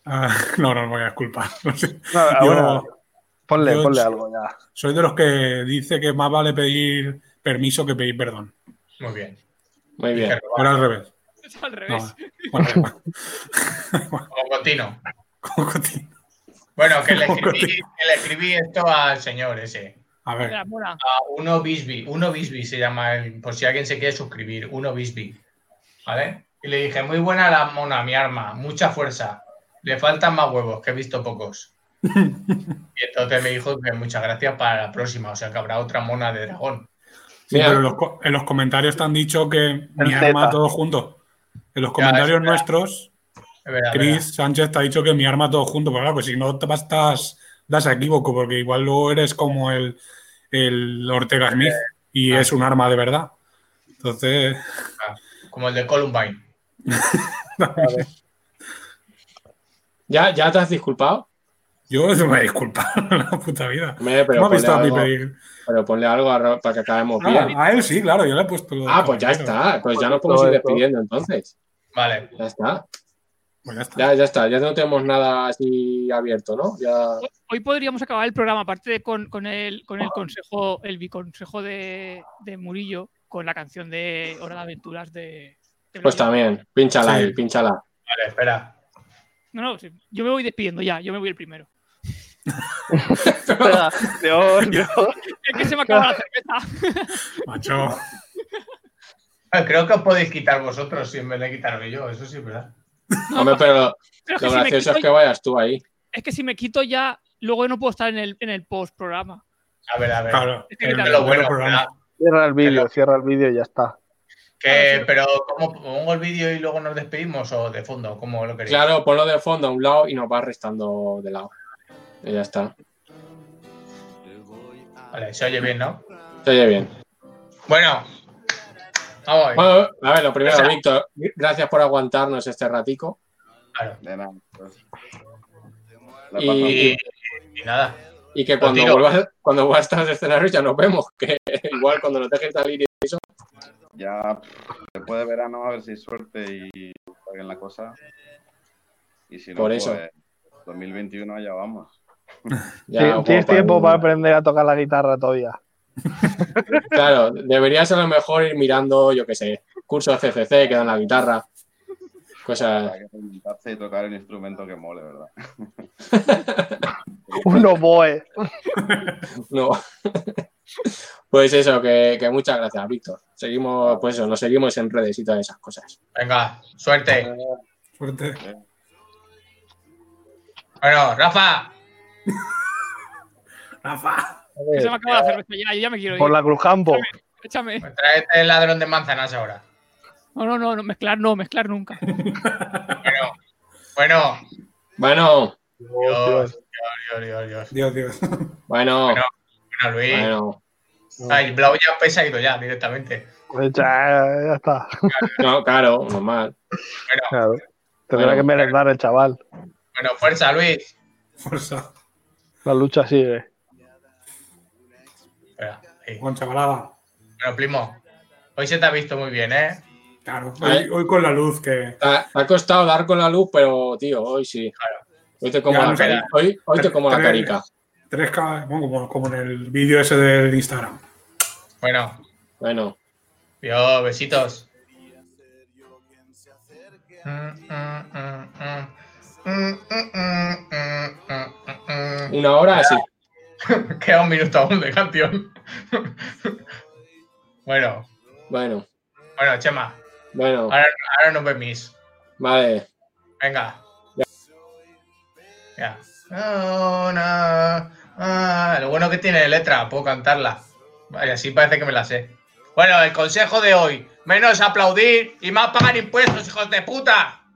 Speaker 2: Ah, no, no, no voy a disculpar. No sé.
Speaker 3: no, ahora,
Speaker 2: Yo-
Speaker 3: ponle,
Speaker 2: yo-
Speaker 3: ponle algo ya.
Speaker 2: Soy de los que dice que más vale pedir permiso que pedir perdón.
Speaker 5: Muy bien.
Speaker 1: Muy bien.
Speaker 5: Dije,
Speaker 2: Pero al revés.
Speaker 4: Es al
Speaker 2: No, eh,
Speaker 4: revés.
Speaker 1: eh.
Speaker 2: bueno, da igual.
Speaker 5: Como continuo.
Speaker 2: Como continúo.
Speaker 5: Bueno, que le
Speaker 2: Como
Speaker 5: escribí, que le escribí esto al señor ese.
Speaker 2: a ver,
Speaker 4: Mola, mola.
Speaker 5: A uno Bisbee. Uno Bisbee se llama, el- por si alguien se quiere suscribir. Uno Bisbee. ¿Vale? Y le dije, muy buena la mona, mi arma, mucha fuerza. Le faltan más huevos, que he visto pocos. y entonces me dijo que muchas gracias para la próxima, o sea que habrá otra mona de dragón.
Speaker 2: sí,
Speaker 1: Mira.
Speaker 2: pero en los, co- en los comentarios te han dicho que mi
Speaker 3: Zeta.
Speaker 2: arma todo junto. En los
Speaker 5: Ya,
Speaker 2: comentarios
Speaker 5: es verdad.
Speaker 2: nuestros,
Speaker 5: Es verdad,
Speaker 2: Chris Sánchez te ha dicho que mi arma todo junto. Pero claro, pues si no te vas, estás, das a equívoco, porque igual luego eres como el, el Ortega Smith y
Speaker 5: ah.
Speaker 2: es un arma de verdad. Entonces,
Speaker 5: verdad. Como el de Columbine.
Speaker 1: ¿Ya, ¿Ya te has disculpado?
Speaker 2: yo no me disculpo la puta vida.
Speaker 1: Hombre, pero,
Speaker 2: no
Speaker 1: ponle
Speaker 2: me ha visto a mí
Speaker 1: algo,
Speaker 2: pedir.
Speaker 1: pero ponle algo a Ro- para que acabemos
Speaker 2: Ah,
Speaker 1: bien.
Speaker 2: a él sí, claro, yo le he puesto. lo de
Speaker 1: Ah, pues ya
Speaker 2: caballero.
Speaker 1: está. Pues ya nos podemos ir despidiendo entonces.
Speaker 5: Vale.
Speaker 1: Ya está.
Speaker 2: Pues ya está.
Speaker 1: Ya, ya está. Ya no tenemos nada así abierto, ¿no? Ya.
Speaker 4: Hoy- Hoy podríamos acabar el programa, aparte de con, con el, con el consejo, el biconsejo de, de Murillo, con la canción de Hora de Aventuras de. de
Speaker 1: Pues
Speaker 4: Blas Blanco.
Speaker 1: también. Pínchala
Speaker 2: Sí.
Speaker 1: ahí, pínchala.
Speaker 5: Vale, espera.
Speaker 4: No, no, sí, yo me voy despidiendo ya, yo me voy el primero.
Speaker 3: Espera, Dios, Dios.
Speaker 4: Es que se me acaba la cerveza.
Speaker 2: Macho.
Speaker 5: Ah, Creo que os podéis quitar vosotros si en vez de quitarme yo, eso sí, es ¿verdad?
Speaker 1: Hombre, pero
Speaker 4: Pero es que
Speaker 1: lo
Speaker 4: si me
Speaker 1: gracioso
Speaker 4: quito
Speaker 1: es que vayas tú ahí.
Speaker 4: Es que si me quito ya, luego no puedo estar en el, en el post programa.
Speaker 5: A ver, a ver.
Speaker 2: Claro.
Speaker 4: Es que
Speaker 5: Que lo bueno,
Speaker 2: programa.
Speaker 5: ¿verdad?
Speaker 3: Cierra el vídeo, cierra el vídeo y ya está.
Speaker 1: Ah,
Speaker 5: Que, pero ¿cómo pongo el vídeo y luego nos despedimos o de fondo? ¿Cómo lo queréis?
Speaker 1: Claro, ponlo de fondo a un lado y nos va restando de lado. Y ya está.
Speaker 5: Vale, se oye bien, ¿no?
Speaker 1: Se oye bien.
Speaker 5: Bueno, vamos. ahí.
Speaker 1: Bueno, a ver, lo primero,
Speaker 5: O sea-
Speaker 1: Víctor, gracias por aguantarnos este ratico.
Speaker 5: Claro.
Speaker 6: De nada. pues. La
Speaker 1: Y,
Speaker 5: Y, y nada.
Speaker 1: y que cuando
Speaker 5: tiro.
Speaker 1: vuelvas, cuando vuelvas a los escenarios ya nos vemos, que igual cuando nos dejes salir y
Speaker 6: pasamos Ya pff, después de verano, a ver si hay suerte y paguen la cosa. Y si no,
Speaker 1: Por eso.
Speaker 6: pues, 2021 ya vamos.
Speaker 1: ya...
Speaker 3: Tien-
Speaker 1: guau,
Speaker 3: Tienes
Speaker 1: para
Speaker 3: tiempo
Speaker 1: el-
Speaker 3: para aprender a tocar la guitarra todavía.
Speaker 1: Claro, deberías a lo mejor ir mirando, yo qué sé, cursos CCC que dan la guitarra,
Speaker 2: Ah.
Speaker 1: cosas...
Speaker 6: Hay que preguntarse y tocar un instrumento que mole, ¿verdad?
Speaker 3: Un oboe.
Speaker 1: No. Pues eso, que, que muchas gracias, Víctor. Seguimos, pues eso, nos seguimos en redes y todas esas cosas.
Speaker 5: Venga, suerte.
Speaker 2: Suerte.
Speaker 5: Bueno, Rafa,
Speaker 2: Rafa.
Speaker 4: Que se me acaba la
Speaker 1: eh,
Speaker 4: cerveza ya, yo ya me quiero ir.
Speaker 3: Por la Cruzcampo.
Speaker 4: Échame.
Speaker 5: tráete el este ladrón de manzanas ahora.
Speaker 4: No, no, no, no, mezclar no, mezclar nunca.
Speaker 5: Bueno, bueno.
Speaker 1: Bueno,
Speaker 5: Dios, Dios, Dios, Dios, Dios.
Speaker 2: Dios, Dios.
Speaker 1: bueno,
Speaker 5: Bueno. Bueno, Luis.
Speaker 1: bueno.
Speaker 5: Ay, Blau ya pues, se ha ido ya directamente.
Speaker 3: Pues Ya, ya está.
Speaker 1: No, claro, normal.
Speaker 5: Bueno,
Speaker 3: Claro. Tendrá
Speaker 1: Bueno, eh.
Speaker 3: que merendar el chaval.
Speaker 5: bueno, fuerza, Luis.
Speaker 2: Fuerza.
Speaker 3: La lucha sigue.
Speaker 5: Espera, ahí.
Speaker 2: Con chavalada.
Speaker 5: Bueno, primo, hoy se te ha visto muy bien, ¿eh?
Speaker 2: Claro. Hoy, hoy con la luz que.
Speaker 1: Te ha, te ha costado dar con la luz, pero tío, hoy sí. Hoy te como
Speaker 2: Ya,
Speaker 1: la
Speaker 2: no,
Speaker 1: carica. Hoy, hoy te como la carica.
Speaker 2: Tres ca- bueno, como, como en el vídeo ese del Instagram.
Speaker 5: Bueno,
Speaker 1: Bueno,
Speaker 5: Dios, besitos. Mm, mm, mm, mm. Mm, mm, mm, mm, mm, mm,
Speaker 1: una hora así.
Speaker 5: mm. Queda un minuto aún de canción. bueno,
Speaker 1: Bueno,
Speaker 5: bueno, Chema,
Speaker 1: bueno,
Speaker 5: ahora, ahora nos permís.
Speaker 1: vale.
Speaker 5: Venga. Ya. No, no. Ah, lo bueno que tiene letra, puedo cantarla. Vaya, así parece que me la sé. Bueno, el consejo de hoy. Menos aplaudir y más pagar impuestos, hijos de puta.